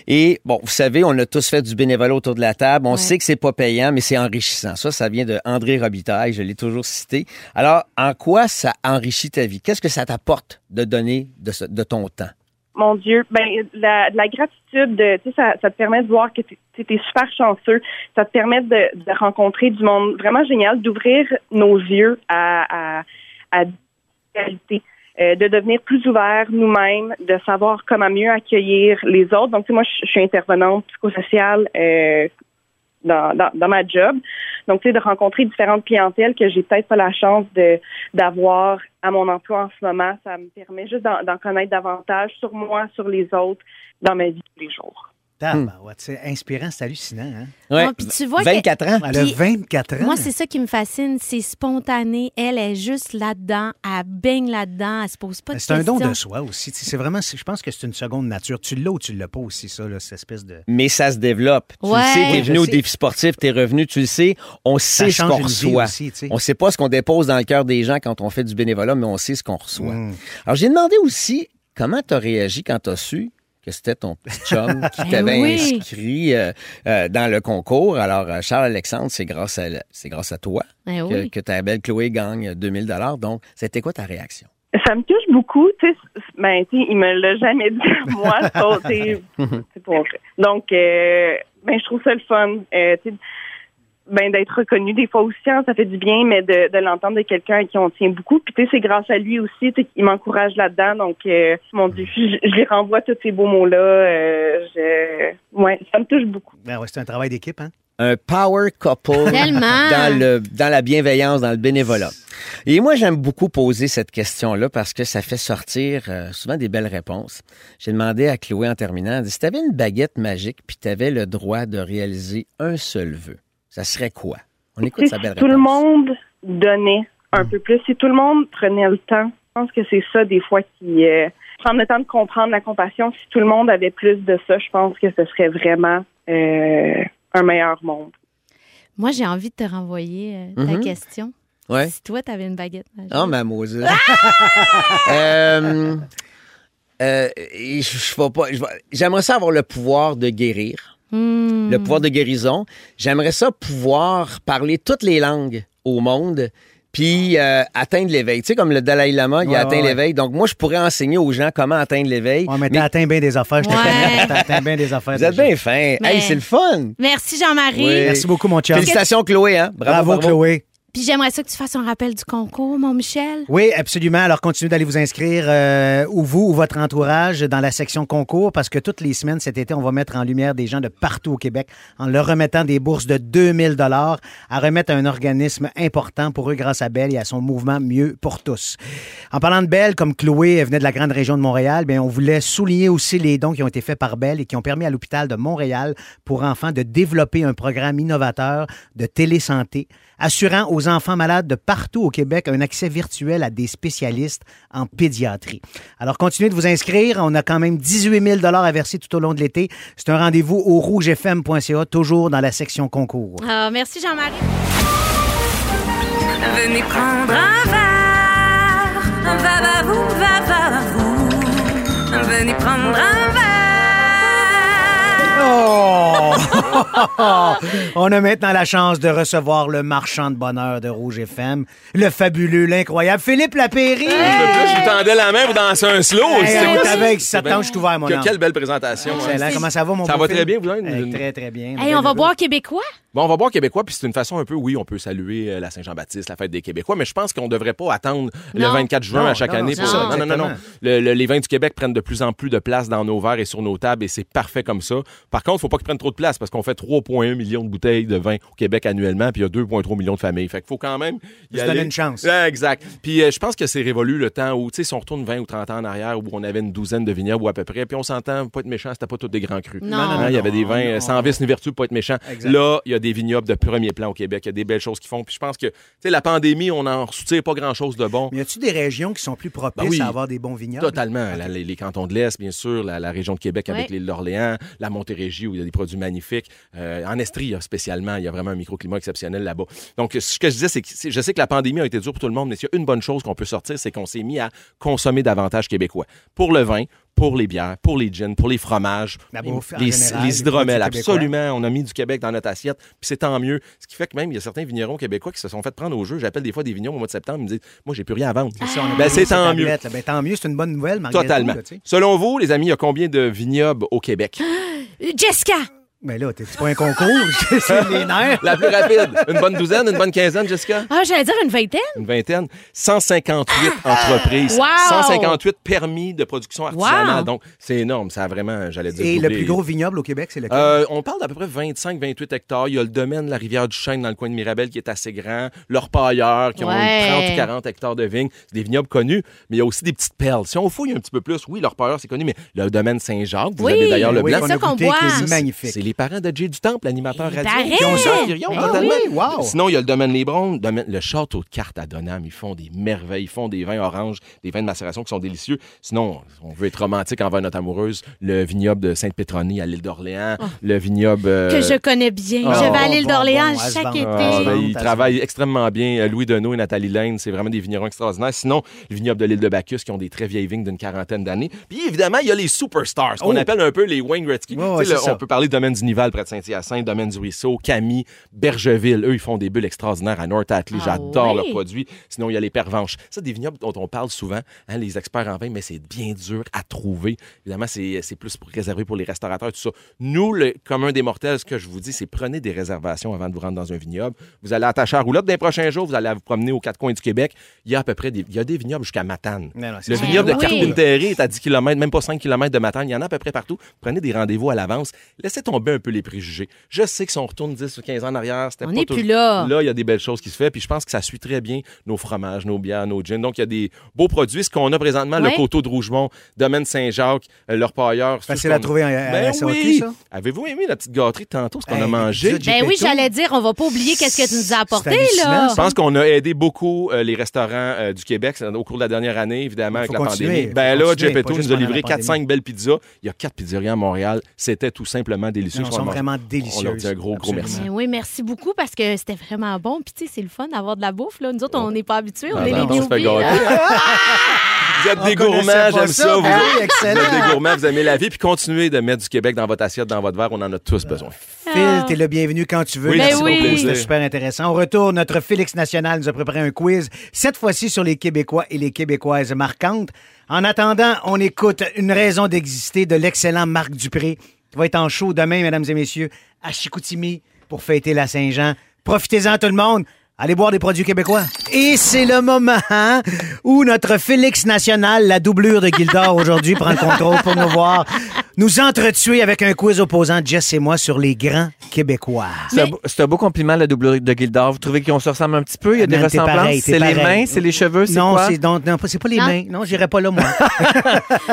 Speaker 6: Et bon, vous savez, on a tous fait du bénévolat autour de la table. On
Speaker 4: Ouais.
Speaker 6: sait que c'est pas payant, mais c'est enrichissant. Ça, ça vient de André Robitaille, je l'ai toujours cité. Alors, en quoi ça enrichit ta vie? Qu'est-ce que ça t'apporte de donner de, ce- de ton temps?
Speaker 7: Mon Dieu, ben la, la gratitude, de- tu sais, ça, ça te permet de voir que tu es super chanceux. Ça te permet de, de rencontrer du monde vraiment génial, d'ouvrir nos yeux à, à, à des réalités, euh, de devenir plus ouvert nous-mêmes, de savoir comment mieux accueillir les autres. Donc, tu sais, moi, je je suis intervenante psychosociale euh, dans, dans, dans ma job. Donc, tu sais, de rencontrer différentes clientèles que j'ai peut-être pas la chance de d'avoir à mon emploi en ce moment, ça me permet juste d'en d'en connaître davantage sur moi, sur les autres, dans ma vie de tous les jours.
Speaker 3: Tabarouette, C'est inspirant, c'est hallucinant. Hein?
Speaker 6: Ouais.
Speaker 4: Ah, puis tu vois que-
Speaker 6: 24 ans.
Speaker 3: Elle a
Speaker 4: Puis,
Speaker 3: 24 ans.
Speaker 4: Moi, c'est ça qui me fascine. C'est spontané. Elle est juste là-dedans. Elle baigne là-dedans. Elle se pose pas de
Speaker 3: Ben, C'est un don de
Speaker 4: questions.
Speaker 3: soi aussi. Tu sais, C'est vraiment, c'est- je pense que c'est une seconde nature. Tu l'as ou tu l'as pas aussi, ça, là, cette espèce de.
Speaker 6: Mais ça se développe. Tu
Speaker 4: Ouais.
Speaker 6: le sais,
Speaker 3: Oui,
Speaker 6: t'es
Speaker 3: je
Speaker 6: venu au
Speaker 3: sais.
Speaker 6: défi sportif, t'es revenu, tu le sais. On
Speaker 3: Ça
Speaker 6: sait ce
Speaker 3: change
Speaker 6: qu'on
Speaker 3: une vie
Speaker 6: reçoit.
Speaker 3: aussi, tu sais.
Speaker 6: On sait pas ce qu'on dépose dans le cœur des gens quand on fait du bénévolat, mais on sait ce qu'on reçoit.
Speaker 3: Mm.
Speaker 6: Alors, j'ai demandé aussi comment t'as réagi quand t'as su que c'était ton petit
Speaker 4: [LAUGHS]
Speaker 6: chum qui
Speaker 4: Ben
Speaker 6: t'avait
Speaker 4: oui.
Speaker 6: inscrit euh, euh, dans le concours. Alors, euh, Charles-Alexandre, c'est grâce à, c'est grâce à toi
Speaker 4: Ben
Speaker 6: que,
Speaker 4: oui.
Speaker 6: que ta belle Chloé gagne 2000 dollars. Donc, c'était quoi ta réaction?
Speaker 7: Ça me touche beaucoup, tu sais, c- ben, tu sais, il me l'a jamais dit à moi, ça, tu sais, c'est pour- Donc, euh, ben, je trouve ça le fun, euh, tu sais, ben, d'être reconnu des fois aussi, hein, ça fait du bien, mais de, de l'entendre de quelqu'un à qui on tient beaucoup, puis tu sais, c'est grâce à lui aussi, tu sais, qu'il m'encourage là-dedans, donc, euh, mon Dieu, je, je lui renvoie tous ces beaux mots-là, euh, je- ouais, ça me touche beaucoup.
Speaker 3: Ben ouais, c'est un travail d'équipe, hein?
Speaker 6: un power couple
Speaker 4: Tellement.
Speaker 6: dans, le, dans la bienveillance, dans le bénévolat. Et moi, j'aime beaucoup poser cette question-là parce que ça fait sortir euh, souvent des belles réponses. J'ai demandé à Chloé en terminant, elle dit, si tu avais une baguette magique puis tu avais le droit de réaliser un seul vœu, ça serait quoi? On écoute
Speaker 7: Si
Speaker 6: sa belle réponse.
Speaker 7: [LAUGHS]
Speaker 6: Mm.
Speaker 7: tout le monde donnait un peu plus, si tout le monde prenait le temps, je pense que c'est ça des fois qui euh, prendre le temps de comprendre la compassion. Si tout le monde avait plus de ça, je pense que ce serait vraiment euh, un meilleur monde.
Speaker 4: Moi, j'ai envie de te renvoyer euh, ta
Speaker 6: Mhm.
Speaker 3: Mm-hmm.
Speaker 4: question.
Speaker 6: Ouais.
Speaker 4: Si toi, t'avais une baguette
Speaker 3: Ah,
Speaker 4: magique.
Speaker 6: Oh, ma Moses.
Speaker 7: Ah!
Speaker 6: [LAUGHS] Euh, euh, je- je vais pas- je vais- J'aimerais ça avoir le pouvoir de guérir,
Speaker 4: Hmm.
Speaker 6: le pouvoir de guérison. J'aimerais ça pouvoir parler toutes les langues au monde, puis euh, atteindre l'éveil. Tu sais, comme le Dalai Lama, il
Speaker 3: Ouais,
Speaker 6: a atteint
Speaker 3: ouais, ouais.
Speaker 6: l'éveil. Donc, moi, je pourrais enseigner aux gens comment atteindre l'éveil.
Speaker 3: On mais
Speaker 6: Mais
Speaker 3: t'as atteint bien des affaires, je te
Speaker 4: Ouais.
Speaker 3: connais. T'as atteint bien des affaires.
Speaker 6: vous êtes
Speaker 3: déjà.
Speaker 6: bien fin.
Speaker 4: Mais-
Speaker 6: Hey, c'est le fun.
Speaker 4: Merci, Jean-Marie.
Speaker 6: Oui.
Speaker 3: Merci beaucoup, mon chum.
Speaker 6: Félicitations, Chloé. Hein?
Speaker 3: Bravo, Chloé.
Speaker 4: Puis j'aimerais ça que tu fasses un rappel du concours, mon Michel.
Speaker 3: Oui, absolument. Alors, continuez d'aller vous inscrire, euh, ou vous ou votre entourage, dans la section concours, parce que toutes les semaines cet été, on va mettre en lumière des gens de partout au Québec en leur remettant des bourses de 2000 dollars à remettre à un organisme important pour eux grâce à Belle et à son mouvement Mieux pour tous. En parlant de Belle, comme Chloé venait de la grande région de Montréal, bien, on voulait souligner aussi les dons qui ont été faits par Belle et qui ont permis à l'hôpital de Montréal pour enfants de développer un programme innovateur de télésanté assurant aux enfants malades de partout au Québec un accès virtuel à des spécialistes en pédiatrie. Alors, continuez de vous inscrire. On a quand même 18 000 à verser tout au long de l'été. C'est un rendez-vous au rougefm.ca, toujours dans la section concours.
Speaker 4: Ah, merci, Jean-Marie.
Speaker 8: Venez prendre un verre, un va va vous, va va vous. Venez prendre un verre.
Speaker 3: Oh! [LAUGHS] On a maintenant la chance de recevoir le marchand de bonheur de Rouge FM, le fabuleux, l'incroyable Philippe Lapéry.
Speaker 9: Là, je vous tendais la main, vous dansez un slow.
Speaker 3: Hey,
Speaker 9: C'est
Speaker 3: on
Speaker 9: quoi
Speaker 3: est
Speaker 9: ça?
Speaker 3: avec, ça
Speaker 9: Ben,
Speaker 3: tente, je suis ouvert, mon
Speaker 9: que-
Speaker 3: homme.
Speaker 9: Quelle belle présentation. hein.
Speaker 3: Excellent. Comment ça va, mon
Speaker 9: Ça
Speaker 3: beau
Speaker 9: va
Speaker 3: Phil?
Speaker 9: très bien, vous autres?
Speaker 3: Eh, Très, très bien.
Speaker 4: Hey, on va boire québécois?
Speaker 9: Bon, on va boire québécois, puis c'est une façon un peu, oui, on peut saluer euh, la Saint-Jean-Baptiste, la fête des Québécois, mais je pense qu'on ne devrait pas attendre le
Speaker 4: Non.
Speaker 9: 24 juin
Speaker 3: Non,
Speaker 9: à chaque
Speaker 3: non,
Speaker 9: année
Speaker 3: c'est
Speaker 9: pour
Speaker 4: ça,
Speaker 9: ça. Non, non, non, non.
Speaker 3: exactement.
Speaker 9: Le- le- les vins du Québec prennent de plus en plus de place dans nos verres et sur nos tables, et c'est parfait comme ça. Par contre, il ne faut pas qu'ils prennent trop de place, parce qu'on fait 3,1 millions de bouteilles de vin au Québec annuellement, puis il y a 2,3 millions de familles. Fait qu'il faut quand même y
Speaker 3: Se
Speaker 9: aller.
Speaker 3: donner une chance.
Speaker 9: Ouais, exact. Puis euh, je pense que c'est révolu le temps où, tu sais, si on retourne 20 ou 30 ans en arrière, où on avait une douzaine de vignobles ou à peu près, puis on s'entend, pas être méchant, c'était pas tous des grands crus.
Speaker 4: Non. Non, non,
Speaker 9: Hein, il y avait
Speaker 3: non,
Speaker 9: des vins euh,
Speaker 3: non.
Speaker 9: sans vice ni vertu, pour pas être méchant.
Speaker 3: Exact.
Speaker 9: Là, il y a des vignobles de premier plan au Québec. Il y a des belles choses qui font. Puis je pense que, tu sais, la pandémie, on n'en soutient pas grand-chose de bon.
Speaker 3: Mais y a-tu des régions qui sont plus propices
Speaker 9: Ben oui.
Speaker 3: à avoir des bons vignobles?
Speaker 9: Totalement. La- les, les cantons de l'Est, bien sûr, la, la région de Québec avec
Speaker 4: Ouais.
Speaker 9: l'île d'Orléans, la Montérégie où il y a des produits magnifiques. Euh, en Estrie, euh, spécialement, il y a vraiment un microclimat exceptionnel là-bas. Donc, ce que je disais, c'est que c'est- je sais que la pandémie a été dure pour tout le monde, mais s'il y a une bonne chose qu'on peut sortir, c'est qu'on s'est mis à consommer davantage québécois. Pour le vin, pour les bières, pour les gins, pour les fromages,
Speaker 3: La
Speaker 9: les,
Speaker 3: bouffe en
Speaker 9: les-
Speaker 3: général,
Speaker 9: les
Speaker 3: les
Speaker 9: hydromels,
Speaker 3: produits québécois.
Speaker 9: absolument. On a mis du Québec dans notre assiette, puis c'est tant mieux. Ce qui fait que même, il y a certains vignerons québécois qui se sont fait prendre au jeu. J'appelle des fois des vignerons au mois de septembre, ils me disent Moi, j'ai plus rien à vendre.
Speaker 3: Ça, on a
Speaker 9: Ben,
Speaker 3: pris
Speaker 9: c'est
Speaker 3: ces
Speaker 9: tant mieux.
Speaker 3: tablettes-là. Ben, tant mieux, c'est une bonne nouvelle, malgré
Speaker 9: Totalement.
Speaker 3: tout, là, tu sais.
Speaker 9: Selon vous, les amis, il y a combien de vignobles au
Speaker 3: [LAUGHS]
Speaker 9: Québec?
Speaker 4: Euh, Jessica!
Speaker 3: Mais là, t'es c'est pas un concours, [LAUGHS] c'est les nerfs.
Speaker 9: La plus rapide. Une bonne douzaine, une bonne quinzaine, Jessica?
Speaker 4: Ah, j'allais dire une vingtaine?
Speaker 9: Une vingtaine. 158
Speaker 3: [LAUGHS]
Speaker 9: entreprises.
Speaker 4: Wow!
Speaker 9: 158 permis de production artisanale.
Speaker 4: Wow!
Speaker 9: Donc, c'est énorme. Ça a vraiment, j'allais dire,
Speaker 3: Et le
Speaker 9: doublé.
Speaker 3: plus gros vignoble au Québec, c'est lequel?
Speaker 9: Euh, on parle d'à peu près 25-28 hectares. Il y a le domaine de la rivière du Chêne dans le coin de Mirabel qui est assez grand. Leurs pailleurs qui ont
Speaker 4: Ouais.
Speaker 9: 30 ou 40 hectares de vignes. C'est des vignobles connus, mais il y a aussi des petites perles. Si on fouille un petit peu plus, oui, leur pailleur, c'est connu, mais le domaine Saint-Jacques, vous
Speaker 4: Oui,
Speaker 9: avez d'ailleurs le
Speaker 3: oui,
Speaker 9: blanc.
Speaker 3: qu'on
Speaker 4: ça
Speaker 3: a
Speaker 4: qu'on
Speaker 3: goûté, qui
Speaker 4: boit.
Speaker 3: est
Speaker 9: C'est
Speaker 3: magnifique.
Speaker 9: les parents de Jay du Temple, l'animateur
Speaker 4: Il
Speaker 9: radio.
Speaker 4: paraît!
Speaker 9: Qui ont ça, Ah qui rions
Speaker 4: Ben
Speaker 9: totalement.
Speaker 3: oui, wow!
Speaker 9: Sinon, il y a le domaine Les Bronzes, domaine- le château de cartes à Donham. Ils font des merveilles. Ils font des vins oranges, des vins de macération qui sont délicieux. Sinon, on veut être romantique envers notre amoureuse. Le vignoble de Sainte-Pétronie à l'île d'Orléans.
Speaker 3: Oh.
Speaker 9: Le vignoble... euh,
Speaker 4: Que je connais bien.
Speaker 9: oh,
Speaker 4: je vais à l'île
Speaker 3: bon,
Speaker 4: d'Orléans
Speaker 3: bon, à se
Speaker 4: chaque
Speaker 3: vendre.
Speaker 4: été.
Speaker 9: ah, ben,
Speaker 3: Vente
Speaker 9: ils
Speaker 3: à
Speaker 9: travaillent extrêmement bien. Euh, Louis Deneau et Nathalie Lane, c'est vraiment des vignerons extraordinaires. Sinon, le vignoble de l'île de Bacchus qui ont des très vieilles vignes d'une quarantaine d'années. Puis évidemment, il y a les superstars, ce qu'on
Speaker 3: Oh.
Speaker 9: appelle un peu les Wayne Gretzky.
Speaker 3: Ouais, ouais,
Speaker 9: Tu sais,
Speaker 3: c'est
Speaker 9: le-
Speaker 3: ça.
Speaker 9: on peut parler de domaine du Nival près de Saint-Hyacinthe, domaine du Ruisseau, Camille, Bergeville. Eux, ils font des bulles extraordinaires à North Atlee.
Speaker 4: Ah
Speaker 9: J'adore
Speaker 4: oui.
Speaker 9: leurs produits. Sinon, il y a les pervenches. Ça, des vignobles dont on parle souvent, hein, les experts en vin, mais c'est bien dur à trouver. Évidemment, c'est c'est plus pour- réservé pour les restaurateurs, tout ça. Nous, le commun des mortels, ce que je vous dis, c'est prenez des réservations avant de vous rendre dans un vignoble. Vous allez attacher à la roulotte dans les prochains jours, vous allez vous promener aux quatre coins du Québec. Il y a à peu près des, il y a des vignobles jusqu'à Matane.
Speaker 3: Non, non, c'est
Speaker 9: Le
Speaker 3: ça.
Speaker 9: vignoble
Speaker 4: Eh
Speaker 9: de
Speaker 4: oui.
Speaker 9: Carpinterie est à 10 km, même pas 5 km de Matane. Il y en a à peu près partout. Prenez des rendez-vous à l'avance. Laissez tomber un peu les préjugés. Je sais que si on retourne 10 ou 15 ans en arrière, c'était
Speaker 4: On
Speaker 9: pas
Speaker 4: n'est
Speaker 9: toujours-
Speaker 4: plus là.
Speaker 9: Là, il y a des belles choses qui se font, puis je pense que ça suit très bien nos fromages, nos bières, nos gins. Donc, il y a des beaux produits. Ce qu'on a présentement,
Speaker 4: Ouais.
Speaker 9: le coteau de Rougemont, Domaine Saint-Jacques, euh, leur pailleur.
Speaker 3: Facile à trouver à- à Ben, la
Speaker 9: Ben
Speaker 3: SAQ,
Speaker 9: oui.
Speaker 3: ça?
Speaker 9: Avez-vous aimé la petite gâterie de tantôt, ce qu'on
Speaker 3: Hey,
Speaker 9: a mangé?
Speaker 3: du-
Speaker 4: Ben oui,
Speaker 3: Gepetto.
Speaker 4: j'allais dire, on va pas oublier qu'est-ce que tu nous as apporté,
Speaker 3: hallucinant,
Speaker 4: là.
Speaker 9: Je pense qu'on a aidé beaucoup euh, les restaurants euh, du Québec euh, au cours de la dernière année, évidemment, avec
Speaker 3: Faut
Speaker 9: la
Speaker 3: continuer,
Speaker 9: pandémie.
Speaker 3: faut
Speaker 9: Ben là,
Speaker 3: continuer, pas
Speaker 9: Geppetto
Speaker 3: juste
Speaker 9: nous a
Speaker 3: pendant la
Speaker 9: livré
Speaker 3: pandémie.
Speaker 9: 4-5 belles pizzas. Il y a 4 pizzerias à Montréal. C'était tout simplement délicieux.
Speaker 3: Non,
Speaker 9: Je
Speaker 3: elles sont
Speaker 9: pense-
Speaker 3: vraiment
Speaker 9: On leur dit
Speaker 3: délicieuses.
Speaker 9: un gros, gros
Speaker 3: Absolument.
Speaker 9: merci.
Speaker 4: Ben oui, merci beaucoup parce que c'était vraiment bon. Puis, tu sais, c'est le fun d'avoir de la bouffe. Là. Nous autres, on n'est pas habitués. On
Speaker 9: Ah
Speaker 4: est hein.
Speaker 9: non,
Speaker 4: les
Speaker 9: on se fait
Speaker 4: newbies. là.
Speaker 9: gâter. [LAUGHS] Vous êtes
Speaker 3: On
Speaker 9: des gourmands,
Speaker 3: connaissait Ah, pas
Speaker 9: j'aime ça. Vous
Speaker 3: Ben
Speaker 9: êtes-
Speaker 3: oui, excellent.
Speaker 9: vous êtes des gourmands, vous aimez la vie, puis continuez de mettre du Québec dans votre assiette, dans votre verre, on en a tous besoin.
Speaker 3: Phil, t'es le bienvenu quand tu veux.
Speaker 9: Oui,
Speaker 3: Merci
Speaker 4: ben
Speaker 3: beaucoup,
Speaker 4: oui.
Speaker 3: C'était super intéressant. On retourne. Notre Félix National nous a préparé un quiz, cette fois-ci sur les Québécois et les Québécoises marquantes. En attendant, on écoute Une raison d'exister de l'excellent Marc Dupré, qui va être en show demain, mesdames et messieurs, à Chicoutimi pour fêter la Saint-Jean. Profitez-en, tout le monde. Allez boire des produits québécois. Et c'est le moment hein, où notre Félix National, la doublure de Gildor aujourd'hui, prend le contrôle pour nous voir nous entretuer avec un quiz opposant, Jess et moi, sur les grands Québécois.
Speaker 4: Mais-
Speaker 10: C'est un beau- c'est un beau compliment, la doublure de Gildor. Vous trouvez qu'on se ressemble un petit peu? Il y a des
Speaker 3: Man, t'es
Speaker 10: ressemblances?
Speaker 3: pareil, t'es
Speaker 10: c'est les
Speaker 3: pareil.
Speaker 10: mains, c'est les cheveux, c'est
Speaker 3: Non,
Speaker 10: quoi?
Speaker 3: c'est donc non, pas- c'est pas les
Speaker 4: Non.
Speaker 3: mains. Non, j'irai pas là
Speaker 10: [LAUGHS]
Speaker 3: moi. Ah,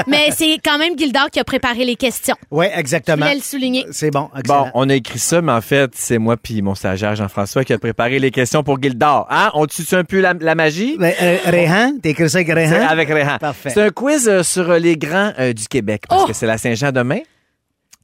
Speaker 4: Mais c'est quand même Gildor qui a préparé les questions.
Speaker 3: ouais,
Speaker 4: Je
Speaker 3: exactement.
Speaker 4: voulais le souligner.
Speaker 3: C'est bon, excellent.
Speaker 10: Bon, on a écrit ça, mais en fait, c'est moi puis mon stagiaire Jean-François qui a préparé les questions pour Gildor. Hein? On tue un peu la, la magie?
Speaker 3: Ben, euh, Réhan, t'as écrit ça avec
Speaker 10: C'est
Speaker 3: Réhan?
Speaker 10: Avec Réhan.
Speaker 3: Parfait.
Speaker 10: C'est un quiz euh, sur euh, les grands euh, du Québec, parce
Speaker 4: Oh!
Speaker 10: que c'est la Saint-Jean demain.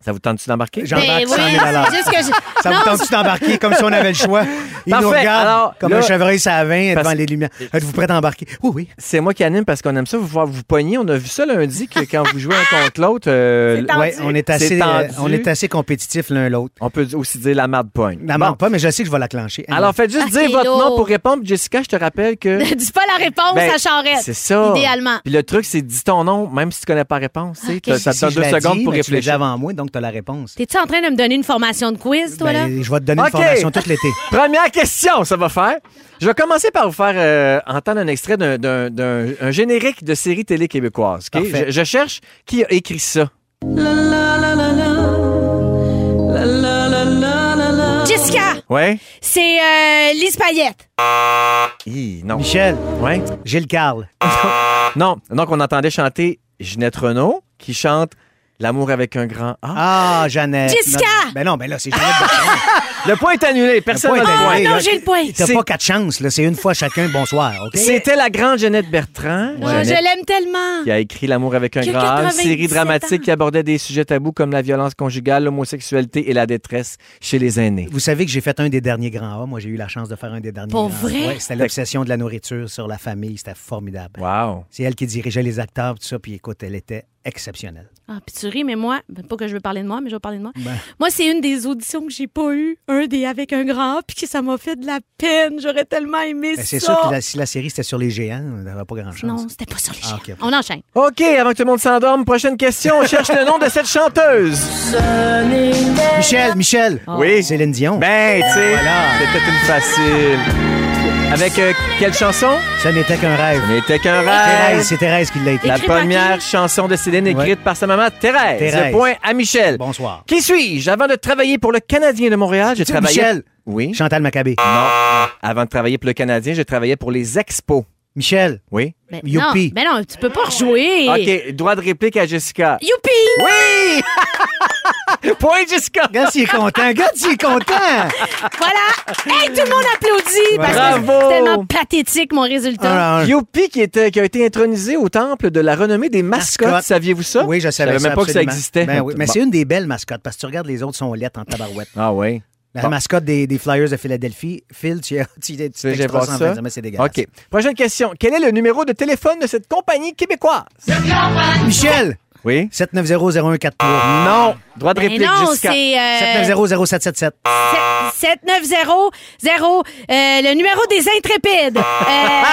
Speaker 10: Ça vous tente-tu d'embarquer?
Speaker 3: Jean-Marc,
Speaker 4: Ben oui,
Speaker 3: 100 000
Speaker 4: c'est juste que je-
Speaker 3: Ça vous
Speaker 4: Non,
Speaker 3: tente-tu d'embarquer comme si on avait le choix? Il nous
Speaker 10: Parfait.
Speaker 3: regarde
Speaker 10: Alors,
Speaker 3: comme
Speaker 10: là-
Speaker 3: un chevreuil ça vin devant
Speaker 10: Parce-
Speaker 3: les lumières. Êtes-vous prêt à embarquer? Oui, oui.
Speaker 10: C'est moi qui anime parce qu'on aime ça vous voir vous pogner. On a vu ça lundi que quand vous jouez un contre l'autre, euh,
Speaker 4: C'est tendu.
Speaker 3: Ouais, on est assez,
Speaker 10: C'est tendu.
Speaker 3: euh, on est assez compétitifs l'un l'autre.
Speaker 10: on peut aussi dire la marde pogne.
Speaker 3: La
Speaker 10: Bon.
Speaker 3: manque pas, mais je sais que je vais la clencher.
Speaker 10: Alors faites juste
Speaker 4: Ah, c'est
Speaker 10: dire votre
Speaker 4: lourd.
Speaker 10: nom pour répondre. Jessica, je te
Speaker 4: [LAUGHS]
Speaker 10: rappelle que
Speaker 4: Dis pas la réponse
Speaker 10: Ben,
Speaker 4: à Charrette.
Speaker 10: c'est ça.
Speaker 4: Idéalement.
Speaker 10: Puis le truc, c'est dis ton nom, même si tu connais pas la réponse. tu sais.
Speaker 4: ok.
Speaker 10: Ça te donne
Speaker 3: Si je
Speaker 10: deux
Speaker 3: la
Speaker 10: secondes
Speaker 3: dis,
Speaker 10: pour
Speaker 3: mais Tu l'as déjà
Speaker 10: réfléchir.
Speaker 3: avant moi, donc tu as la réponse.
Speaker 4: T'es-tu en train de me donner une formation de quiz, toi, là?
Speaker 3: Ben, je vais te donner
Speaker 10: Ok.
Speaker 3: une formation tout
Speaker 10: [LAUGHS]
Speaker 3: l'été.
Speaker 10: Première question, ça va faire. Je vais commencer par vous faire euh, entendre un extrait d'un- d'un d'un- un générique de série télé québécoise. ok?
Speaker 3: Parfait.
Speaker 10: Je, je cherche qui a écrit ça.
Speaker 9: euh,
Speaker 4: Jessica,
Speaker 10: Ouais.
Speaker 4: c'est euh, Lise Payette.
Speaker 10: Hi, non.
Speaker 3: Michel,
Speaker 10: Ouais.
Speaker 3: Gilles Carl.
Speaker 10: [LAUGHS] Non. Donc on entendait chanter Ginette Renault qui chante L'amour avec un grand A.
Speaker 3: Ah, Jeannette.
Speaker 4: Jessica! Ah!
Speaker 3: Notre- Ben non, ben là, c'est Jeannette.
Speaker 10: Le point est annulé. Personne
Speaker 3: Le
Speaker 10: n'a
Speaker 3: point
Speaker 10: le
Speaker 3: est
Speaker 10: point.
Speaker 3: annulé. Hey,
Speaker 4: non,
Speaker 3: là,
Speaker 4: j'ai le point.
Speaker 3: T'as
Speaker 10: C'est-
Speaker 3: pas quatre chances, là. C'est une fois chacun, bonsoir, OK?
Speaker 10: C'était la grande Jeannette Bertrand.
Speaker 4: Oh,
Speaker 10: Jeannette
Speaker 4: je l'aime tellement.
Speaker 10: qui a écrit L'amour avec un
Speaker 4: Que
Speaker 10: grand A, une
Speaker 4: 97
Speaker 10: série dramatique
Speaker 4: ans.
Speaker 10: qui abordait des sujets tabous comme la violence conjugale, l'homosexualité et la détresse chez les aînés.
Speaker 3: Vous savez que j'ai fait un des derniers grands A. Moi, j'ai eu la chance de faire un des derniers
Speaker 4: Pour
Speaker 3: grands A.
Speaker 4: vrai?
Speaker 3: Ouais, c'était l'obsession de la nourriture sur la famille. C'était formidable.
Speaker 10: Wow.
Speaker 3: C'est elle qui dirigeait les acteurs, tout ça. Puis écoute, elle était exceptionnelle.
Speaker 4: Ah, puis tu ris, mais moi, ben, pas que je veux parler de moi, mais je vais parler de moi.
Speaker 3: Ben.
Speaker 4: Moi, c'est une des auditions que j'ai pas eues, un des avec un grand, A, puis que ça m'a fait de la peine. J'aurais tellement aimé
Speaker 3: Ben,
Speaker 4: ça.
Speaker 3: c'est sûr que la- si la série c'était sur les géants, on n'avait pas grand-chance.
Speaker 4: Non, c'était pas sur les
Speaker 3: Ah,
Speaker 4: chiens.
Speaker 3: ok, ok.
Speaker 4: On enchaîne.
Speaker 10: OK, avant que tout le monde s'endorme, prochaine question. On cherche le nom de cette chanteuse.
Speaker 3: Michel, Michel!
Speaker 10: Oui.
Speaker 3: Céline Dion.
Speaker 10: Ben, tu sais, c'était une facile. Avec euh, quelle chanson?
Speaker 3: Ça n'était qu'un rêve.
Speaker 10: N'était qu'un
Speaker 3: Thérèse,
Speaker 10: rêve.
Speaker 3: c'est Thérèse qui l'a écrit.
Speaker 10: Euh, La
Speaker 4: Écrit par qui?
Speaker 10: première chanson de Céline écrite par sa maman Thérèse.
Speaker 3: Thérèse.
Speaker 10: Le point à Michel.
Speaker 3: Bonsoir.
Speaker 10: Qui suis-je? Avant de travailler pour le Canadien de Montréal, j'ai travaillé...
Speaker 3: Michel! Ah.
Speaker 10: Oui?
Speaker 3: Chantal Maccabé.
Speaker 10: Non. Avant de travailler pour le Canadien, je travaillais pour les Expos.
Speaker 3: Michel!
Speaker 10: Oui.
Speaker 4: Ben,
Speaker 3: Youpi. Ah,
Speaker 4: Non, ben non, tu peux pas rejouer.
Speaker 10: OK, droit de réplique à Jessica.
Speaker 4: Youpi!
Speaker 10: Oui! [LAUGHS] Point, Jessica!
Speaker 3: Regarde s'il est content! Regarde s'il est content!
Speaker 4: Voilà! Hey, tout le monde applaudit! Parce que
Speaker 10: Bravo!
Speaker 4: c'est tellement pathétique, mon résultat.
Speaker 3: Un, un.
Speaker 10: Youpi qui, était, qui a été intronisé au temple de la renommée des mascottes,
Speaker 3: Mascotte.
Speaker 10: saviez-vous ça?
Speaker 3: Oui, je savais
Speaker 10: savais
Speaker 3: ça,
Speaker 10: même pas que ça
Speaker 3: absolument.
Speaker 10: existait.
Speaker 3: Ben oui, Mais
Speaker 10: Bon.
Speaker 3: c'est une des belles mascottes parce que tu regardes les autres sont lettres en tabarouette.
Speaker 10: Ah oui.
Speaker 3: La
Speaker 10: Bon.
Speaker 3: mascotte des, des Flyers de Philadelphie, Phil, tu as tu, tu,
Speaker 10: Tu sais, j'ai
Speaker 3: t'extras
Speaker 10: pas
Speaker 3: sans
Speaker 10: ça.
Speaker 3: raison, mais c'est dégueulasse.
Speaker 10: OK. Prochaine question. Quel est le numéro de téléphone de cette compagnie québécoise?
Speaker 3: Michel,
Speaker 10: Oui.
Speaker 4: Euh.
Speaker 3: 7900143.
Speaker 10: Non. Droit de
Speaker 4: Ben
Speaker 10: réplique,
Speaker 4: non,
Speaker 10: Jessica.
Speaker 4: c'est euh,
Speaker 3: 7900777.
Speaker 4: 790 0, euh, le numéro des
Speaker 3: [LAUGHS]
Speaker 4: intrépides.
Speaker 3: Ah,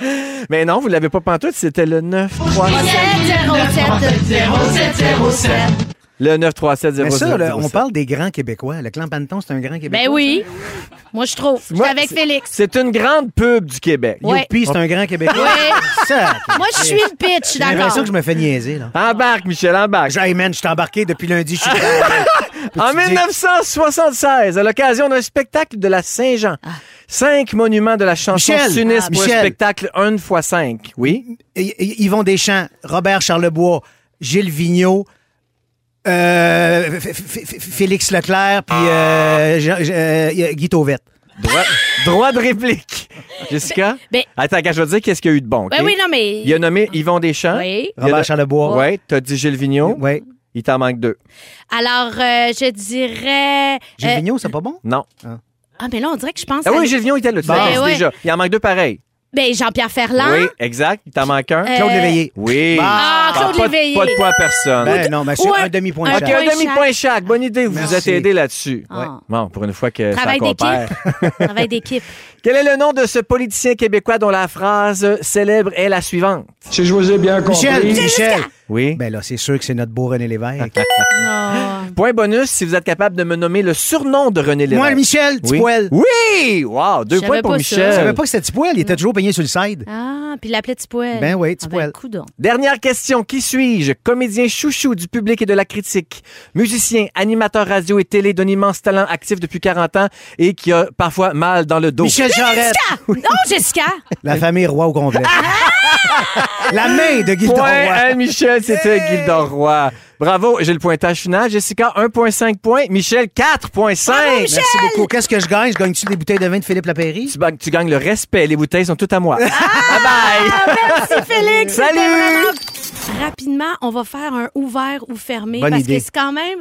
Speaker 4: Euh,
Speaker 10: Mais non, vous l'avez pas pantoute, c'était le
Speaker 3: Oh,
Speaker 10: 937.
Speaker 4: 707.
Speaker 10: Le 937
Speaker 3: Mais ça, là, on parle des grands Québécois. Le clan Panton, c'est un grand Québécois.
Speaker 4: Ben oui. Moi, je trouve. Je suis
Speaker 10: Moi,
Speaker 4: avec
Speaker 10: c'est-
Speaker 4: Félix.
Speaker 10: C'est une grande pub du Québec.
Speaker 4: Ouais.
Speaker 3: Youpi, c'est un grand Québécois.
Speaker 4: Ouais.
Speaker 3: Ça,
Speaker 4: Moi, je suis
Speaker 10: [LAUGHS]
Speaker 4: le pitch, je suis
Speaker 3: J'ai
Speaker 4: d'accord.
Speaker 3: l'impression que je me fais niaiser, là.
Speaker 10: Embarque, Michel, embarque. [LAUGHS]
Speaker 3: J'ai, hey, man, je suis embarqué depuis lundi, je suis
Speaker 10: En 1976, à l'occasion d'un spectacle de la Saint-Jean,
Speaker 4: Ah.
Speaker 10: cinq monuments de la chanson
Speaker 3: Michel.
Speaker 10: s'unissent
Speaker 3: Ah,
Speaker 10: pour
Speaker 3: Michel.
Speaker 10: un spectacle 1 fois 5. Oui?
Speaker 3: Y- Y- Yvon Deschamps, Robert Charlebois, Gilles Vigneault, euh, F- F- F- Félix Leclerc, puis
Speaker 10: Ah.
Speaker 3: euh, Jean- euh, Guy Tauvette.
Speaker 10: Droit, droit de réplique. Jessica?
Speaker 4: Ben-
Speaker 10: Attends, regarde, je vais te dire qu'est-ce qu'il y a eu de bon.
Speaker 4: Ben
Speaker 10: OK?
Speaker 4: oui, non, mais-
Speaker 10: Il a nommé Yvon Deschamps.
Speaker 4: Oui.
Speaker 10: Il a no-
Speaker 3: Robert Charlebois.
Speaker 10: Ouais, t'as dit Gilles Vigneault.
Speaker 3: Ouais.
Speaker 10: Il t'en manque deux.
Speaker 4: Alors, euh, je dirais.
Speaker 3: Gilles
Speaker 4: euh,
Speaker 3: Vigneault, c'est pas bon?
Speaker 10: Non.
Speaker 4: ah, mais là, on dirait que je pense.
Speaker 10: Ah
Speaker 4: à-
Speaker 10: oui, Gilles Vigneault était là, tu
Speaker 4: Ben
Speaker 10: l'as dit
Speaker 4: ouais.
Speaker 10: déjà. Il en manque deux pareil.
Speaker 4: Ben, Jean-Pierre Ferland.
Speaker 10: Oui, exact. Il t'en manque un.
Speaker 4: Euh,
Speaker 3: Claude Léveillé.
Speaker 10: Oui.
Speaker 4: Ah, Claude
Speaker 10: pas, de-
Speaker 4: Léveillé.
Speaker 10: pas de poids à personne.
Speaker 3: Ben non, mais c'est
Speaker 4: ou un-
Speaker 3: un demi-point
Speaker 4: un
Speaker 3: de
Speaker 10: Ah, OK,
Speaker 3: chance.
Speaker 10: un
Speaker 4: point
Speaker 10: demi-point chaque. Bonne idée, vous vous êtes
Speaker 3: Merci.
Speaker 10: aidé là-dessus.
Speaker 4: Ah.
Speaker 10: Ouais. Bon, pour une fois que
Speaker 4: Travail
Speaker 10: ça compère.
Speaker 4: d'équipe. Travail
Speaker 10: [LAUGHS]
Speaker 4: d'équipe.
Speaker 10: Quel est le nom de ce politicien québécois dont la phrase célèbre est la suivante?
Speaker 3: Michel, Michel.
Speaker 10: Oui.
Speaker 3: Ben là, c'est sûr que c'est notre beau René Lévesque.
Speaker 4: Non.
Speaker 10: Point bonus si vous êtes capable de me nommer le surnom de René Lévesque.
Speaker 3: Moi, Michel,
Speaker 10: oui.
Speaker 3: Tipoel.
Speaker 10: Oui! Wow, deux
Speaker 4: Je savais
Speaker 10: points pour
Speaker 4: pas ça.
Speaker 10: Michel.
Speaker 3: Je savais pas que c'était Tipoel, il était toujours peigné sur le side.
Speaker 4: Ah, puis il l'appelait Tipoel.
Speaker 3: Ben oui, Tipoel.
Speaker 4: Ah, ben, coudonc.
Speaker 10: Dernière question, qui suis-je? Comédien chouchou du public et de la critique, musicien, animateur radio et télé d'un immense talent actif depuis 40 ans et qui a parfois mal dans le dos.
Speaker 3: Michel Jarrette,
Speaker 4: Ah! Non, Jessica!
Speaker 3: la famille Roy au complet.
Speaker 10: Ah!
Speaker 3: la main de Guy
Speaker 10: Point
Speaker 3: Roy.
Speaker 10: à Michel, c'était Gildan Roy. Bravo, j'ai le pointage final. Jessica, 1.5 points. Michel, 4.5.
Speaker 3: Merci beaucoup. Qu'est-ce que je gagne? Je gagne-tu des bouteilles de vin de Philippe Lapéry?
Speaker 10: Tu, ba- tu gagnes le respect. Les bouteilles sont toutes à moi. bye bye.
Speaker 4: Ah, Merci, Félix!
Speaker 10: Salut.
Speaker 4: Rapidement, on va faire un ouvert ou fermé.
Speaker 3: Bonne
Speaker 4: parce
Speaker 3: idée.
Speaker 4: que c'est quand même.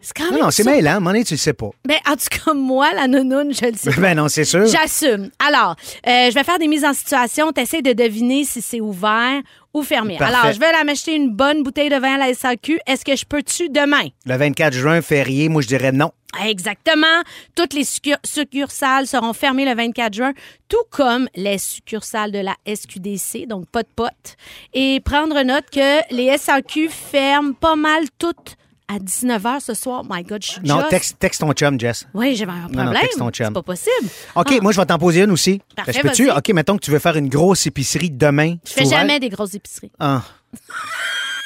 Speaker 4: C'est quand
Speaker 3: Non,
Speaker 4: même.
Speaker 3: non, c'est
Speaker 4: ça.
Speaker 3: mêlant. À un moment donné, hein? tu le sais pas.
Speaker 4: Ben, en tout cas, moi, la nounoune, je le sais. pas.
Speaker 3: Ben non, c'est sûr.
Speaker 4: J'assume. Alors, euh, je vais faire des mises en situation. T'essayes de deviner si c'est ouvert ou fermé.
Speaker 3: Parfait.
Speaker 4: Alors, je vais aller m'acheter une bonne bouteille de vin à la SAQ. Est-ce que je peux-tu demain?
Speaker 3: Le 24 juin, férié, moi, je dirais non.
Speaker 4: Exactement. Toutes les succur- succursales seront fermées le 24 juin, tout comme les succursales de la SQDC, donc pas de potes. Et prendre note que les SAQ ferment pas mal toutes à 19h ce soir. My God, je suis
Speaker 3: Non,
Speaker 4: just-
Speaker 3: texte, texte ton chum, Jess.
Speaker 4: Oui, j'avais un
Speaker 3: non,
Speaker 4: problème.
Speaker 3: texte ton chum.
Speaker 4: C'est pas possible.
Speaker 3: OK, moi, je vais t'en poser une aussi. Ben,
Speaker 4: Parfait,
Speaker 3: je peux-tu?
Speaker 4: vas-y.
Speaker 3: OK, mettons que tu veux faire une grosse épicerie demain.
Speaker 4: Je fais jamais des grosses épiceries.
Speaker 3: Ah.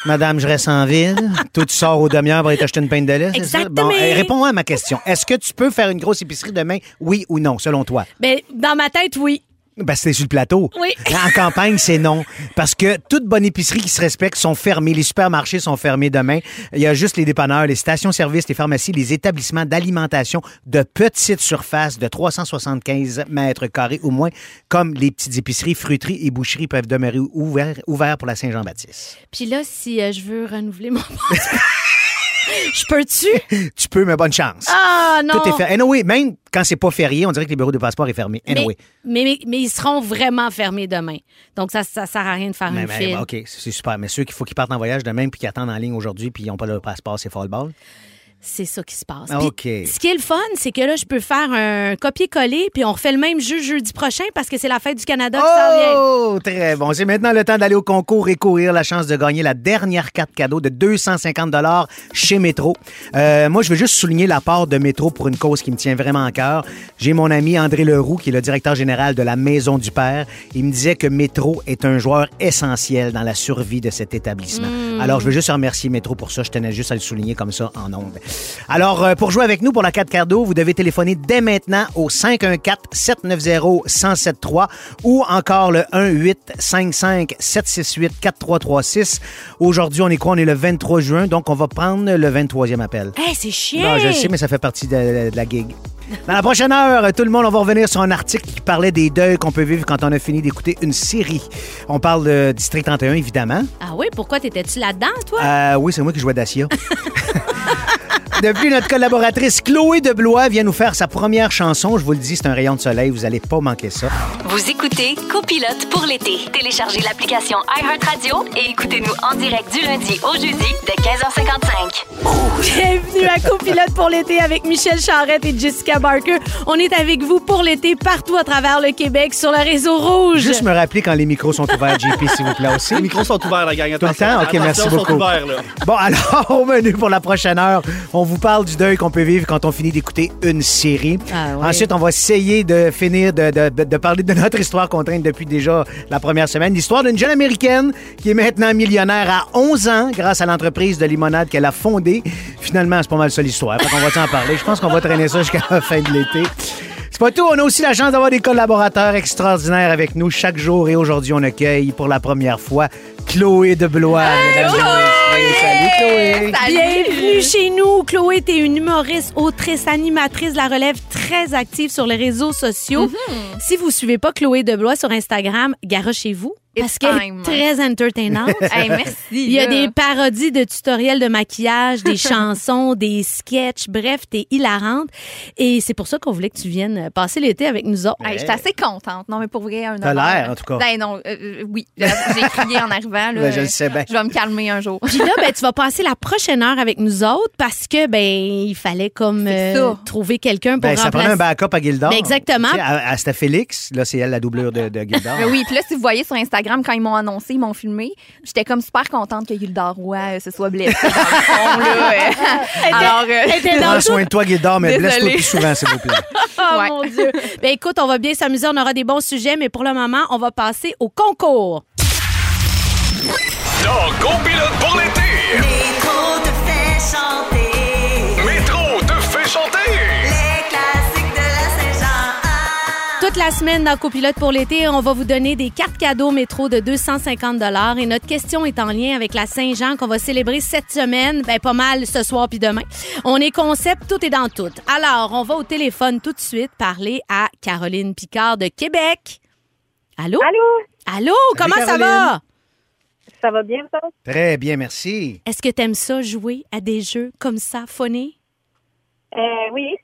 Speaker 3: Madame, je reste en [LAUGHS] ville. Toi, tu sors aux demi-heures pour aller t'acheter une pain de lait, c'est ça?
Speaker 4: Exactement.
Speaker 3: Bon, eh, réponds-moi à ma question. Est-ce que tu peux faire une grosse épicerie demain, oui ou non, selon toi?
Speaker 4: Ben, dans ma tête, oui.
Speaker 3: Ben, c'est sur le plateau.
Speaker 4: Oui.
Speaker 3: En campagne, c'est non. Parce que toute bonne épicerie qui se respecte sont fermées. Les supermarchés sont fermés demain. Il y a juste les dépanneurs, les stations-service, les pharmacies, les établissements d'alimentation de petites surfaces de 375 mètres carrés ou moins, comme les petites épiceries, fruiteries et boucheries peuvent demeurer ouverts ouverts pour la Saint-Jean-Baptiste.
Speaker 4: Puis là, si euh, je veux renouveler mon [LAUGHS] passeport, je peux-tu?
Speaker 3: Tu peux, mais bonne chance.
Speaker 4: Ah non!
Speaker 3: Tout est fermé. Anyway, même quand c'est pas férié, on dirait que les bureaux de passeport est fermé.
Speaker 4: Mais,
Speaker 3: Anyway.
Speaker 4: mais, mais- mais ils seront vraiment fermés demain. Donc, ça ça sert à rien de faire
Speaker 3: Mais,
Speaker 4: une
Speaker 3: mais,
Speaker 4: file.
Speaker 3: OK, c'est super. Mais ceux qu'il faut qu'ils partent en voyage demain puis qui attendent en ligne aujourd'hui puis ils n'ont pas leur passeport, c'est fall ball.
Speaker 4: C'est ça qui se passe.
Speaker 3: Ah,
Speaker 4: Puis,
Speaker 3: OK.
Speaker 4: Ce qui est le fun, c'est que là, je peux faire un copier-coller, puis on refait le même jeu jeudi prochain parce que c'est la fête du Canada qui s'en vient.
Speaker 3: Oh, très bon. C'est maintenant le temps d'aller au concours et courir la chance de gagner la dernière carte cadeau de 250 chez Métro. Euh, moi, je veux juste souligner l'apport de Métro pour une cause qui me tient vraiment à cœur. J'ai mon ami André Leroux, qui est le directeur général de la Maison du Père. Il me disait que Métro est un joueur essentiel dans la survie de cet établissement. Alors, je veux juste remercier Métro pour ça. Je tenais juste à le souligner comme ça en ondes. Alors, euh, pour jouer avec nous pour la carte cadeau, vous devez téléphoner dès maintenant au 514-790-1073 ou encore le 1-855-768-4336. Aujourd'hui, on est quoi? On est le 23 juin, donc on va prendre le 23e appel.
Speaker 4: Hey, c'est chiant!
Speaker 3: Non, je le sais, mais ça fait partie de, de la gig. Dans la prochaine heure, tout le monde, on va revenir sur un article qui parlait des deuils qu'on peut vivre quand on a fini d'écouter une série. On parle de District 31, évidemment.
Speaker 4: Ah oui, pourquoi t'étais-tu là-dedans, toi?
Speaker 3: Euh, oui, c'est moi qui jouais Dacia. [LAUGHS] Depuis, notre collaboratrice Chloé de Blois vient nous faire sa première chanson. Je vous le dis, c'est un rayon de soleil. Vous allez pas manquer ça.
Speaker 1: Vous écoutez Copilote pour l'été. Téléchargez l'application iHeartRadio et écoutez-nous en direct du lundi au jeudi dès 15h55.
Speaker 4: [LAUGHS] Bienvenue à Copilote pour l'été avec Michel Charrette et Jessica Barker. On est avec vous pour l'été partout à travers le Québec sur le réseau rouge.
Speaker 3: Juste me rappeler quand les micros sont ouverts, JP, s'il vous plaît aussi.
Speaker 11: Les micros sont ouverts, la gang.
Speaker 3: Tout le
Speaker 11: Attention.
Speaker 3: temps? OK,
Speaker 11: Attention,
Speaker 3: merci
Speaker 11: sont
Speaker 3: beaucoup.
Speaker 11: ouverts, là.
Speaker 3: [LAUGHS] Bon, alors, au menu pour la prochaine heure, on vous parle du deuil qu'on peut vivre quand on finit d'écouter une série.
Speaker 4: Ah oui.
Speaker 3: Ensuite, on va essayer de finir de, de- de- de parler de notre histoire qu'on traîne depuis déjà la première semaine. L'histoire d'une jeune Américaine qui est maintenant millionnaire à 11 ans grâce à l'entreprise de limonade qu'elle a fondée. Finalement, c'est pas mal ça l'histoire. On va t'en parler. Je pense qu'on va traîner ça jusqu'à la fin de l'été. C'est pas tout. On a aussi la chance d'avoir des collaborateurs extraordinaires avec nous chaque jour. Et aujourd'hui, on accueille pour la première fois Chloé de Blois. mesdames et
Speaker 4: oh,
Speaker 3: messieurs. Salut, Chloé.
Speaker 4: Bienvenue chez nous. Chloé, t'es une humoriste, autrice, animatrice de la relève très active sur les réseaux sociaux.
Speaker 11: Mhm.
Speaker 4: Si vous suivez pas Chloé Deblois sur Instagram, garochez-vous. Parce
Speaker 11: It's
Speaker 4: qu'elle est
Speaker 11: time. [LAUGHS]
Speaker 4: très entertainante.
Speaker 11: Hey, merci,
Speaker 4: Il y a
Speaker 11: là.
Speaker 4: des parodies de tutoriels de
Speaker 11: [LAUGHS]
Speaker 4: maquillage, des chansons, des sketchs. Bref, t'es hilarante. Et c'est pour ça qu'on voulait que tu viennes passer l'été avec nous autres.
Speaker 11: Hey, J'étais assez contente. Non, mais pour vrai, un
Speaker 3: T'as
Speaker 11: horaire-
Speaker 3: l'air, en tout cas.
Speaker 11: Ben non, euh, euh, oui. Là, J'ai crié en arrivant. Là,
Speaker 3: Ben, je le sais bien.
Speaker 11: Je vais me calmer un jour.
Speaker 4: Puis là, ben,
Speaker 11: [LAUGHS]
Speaker 4: tu vas passer la prochaine heure avec nous autres parce que ben il fallait comme
Speaker 11: C'est
Speaker 4: euh,
Speaker 11: ça.
Speaker 4: trouver quelqu'un pour
Speaker 3: Ben, ça
Speaker 4: remplacer.
Speaker 3: prenait un backup à Gildor.
Speaker 4: Ben, exactement.
Speaker 3: Tu sais, à, à- c'était Félix. Là, c'est elle la doublure de, de Gildor.
Speaker 11: Mais Ben oui, puis là, si vous voyez sur Instagram, quand ils m'ont annoncé, ils m'ont filmé, j'étais comme super contente que Gildor Roy euh, se soit blessé. dans le fond,
Speaker 10: [LAUGHS]
Speaker 11: là, euh. Alors, euh,
Speaker 4: Ben,
Speaker 3: Prends soin de toi, Gildor, mais
Speaker 11: Désolée.
Speaker 3: blesse-toi plus souvent, s'il vous plaît.
Speaker 4: [LAUGHS] Oh
Speaker 11: Ouais.
Speaker 4: mon Dieu. Ben écoute, on va bien s'amuser, on aura des bons sujets, mais pour le moment, on va passer au concours.
Speaker 2: Non, copilote pour l'été.
Speaker 8: Métro te fait chanter
Speaker 2: Métro te fait chanter.
Speaker 8: les classiques de la Saint-Jean.
Speaker 4: Toute la semaine dans Copilote pour l'été, on va vous donner des cartes cadeaux métro de 250 et notre question est en lien avec la Saint-Jean qu'on va célébrer cette semaine, ben pas mal ce soir puis demain. On est concept, tout est dans tout. Alors, on va au téléphone tout de suite parler à Caroline Picard de Québec. Allô?
Speaker 7: Allô?
Speaker 4: Allô,
Speaker 3: Salut,
Speaker 4: comment ça va?
Speaker 3: Caroline.
Speaker 7: Ça va bien, ça?
Speaker 3: Très bien, merci.
Speaker 4: Est-ce que t'aimes ça jouer à des jeux comme ça, phonés?
Speaker 7: Euh, oui,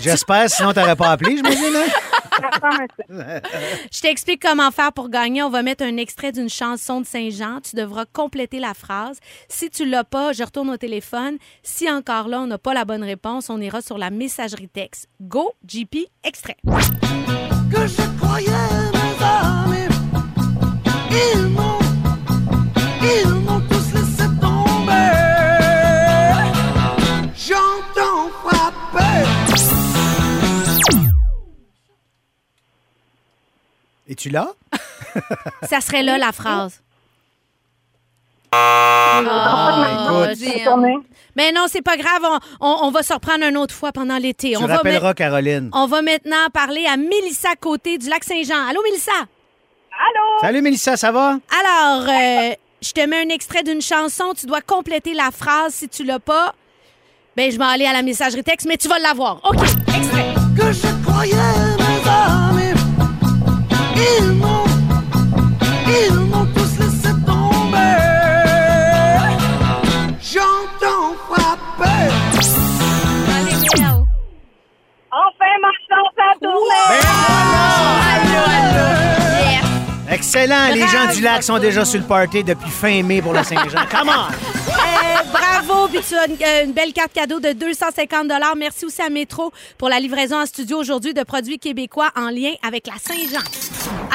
Speaker 3: J'espère, sinon, t'aurais pas appelé, j'imagine. hein?
Speaker 7: ça ressemble à ça.
Speaker 4: Je t'explique comment faire pour gagner. On va mettre un extrait d'une chanson de Saint-Jean. Tu devras compléter la phrase. Si tu l'as pas, je retourne au téléphone. Si encore là, on n'a pas la bonne réponse, on ira sur la messagerie texte. Go, JP, extrait.
Speaker 8: que je croyais mes amis. Ils m'ont, ils m'ont tous laissé tomber. J'entends frapper.
Speaker 3: Et tu l'as?
Speaker 4: Ça serait là la phrase.
Speaker 6: Ah,
Speaker 11: oh,
Speaker 3: écoute.
Speaker 11: Jim.
Speaker 7: Tournez.
Speaker 6: hein.
Speaker 4: Mais non, c'est pas grave. On, on- on va se reprendre une autre fois pendant l'été.
Speaker 3: Tu
Speaker 4: on, va
Speaker 3: rappelleras,
Speaker 4: mettre-
Speaker 3: Caroline.
Speaker 4: on va maintenant parler à Mélissa Côté du lac Saint-Jean. Allô, Mélissa?
Speaker 7: Allô?
Speaker 3: Salut, Mélissa, ça va?
Speaker 4: Alors, euh, je te mets un extrait d'une chanson. Tu dois compléter la phrase si tu l'as pas. Ben, je vais aller à la messagerie texte, mais tu vas l'avoir.
Speaker 3: [LAUGHS]
Speaker 4: OK, extrait.
Speaker 8: Que je croyais mes amis. Ils m'ont, ils m'ont tous laissé tomber. J'entends frapper.
Speaker 7: Enfin, ma chance a tourné!
Speaker 3: Excellent. Les
Speaker 4: Bravo.
Speaker 3: gens du lac sont déjà sur le party depuis fin mai pour le Saint-Jean. Come on!
Speaker 4: Euh, bravo, puis tu as une, euh, une belle carte cadeau de 250 Merci aussi à Métro pour la livraison en studio aujourd'hui de produits québécois en lien avec la Saint-Jean.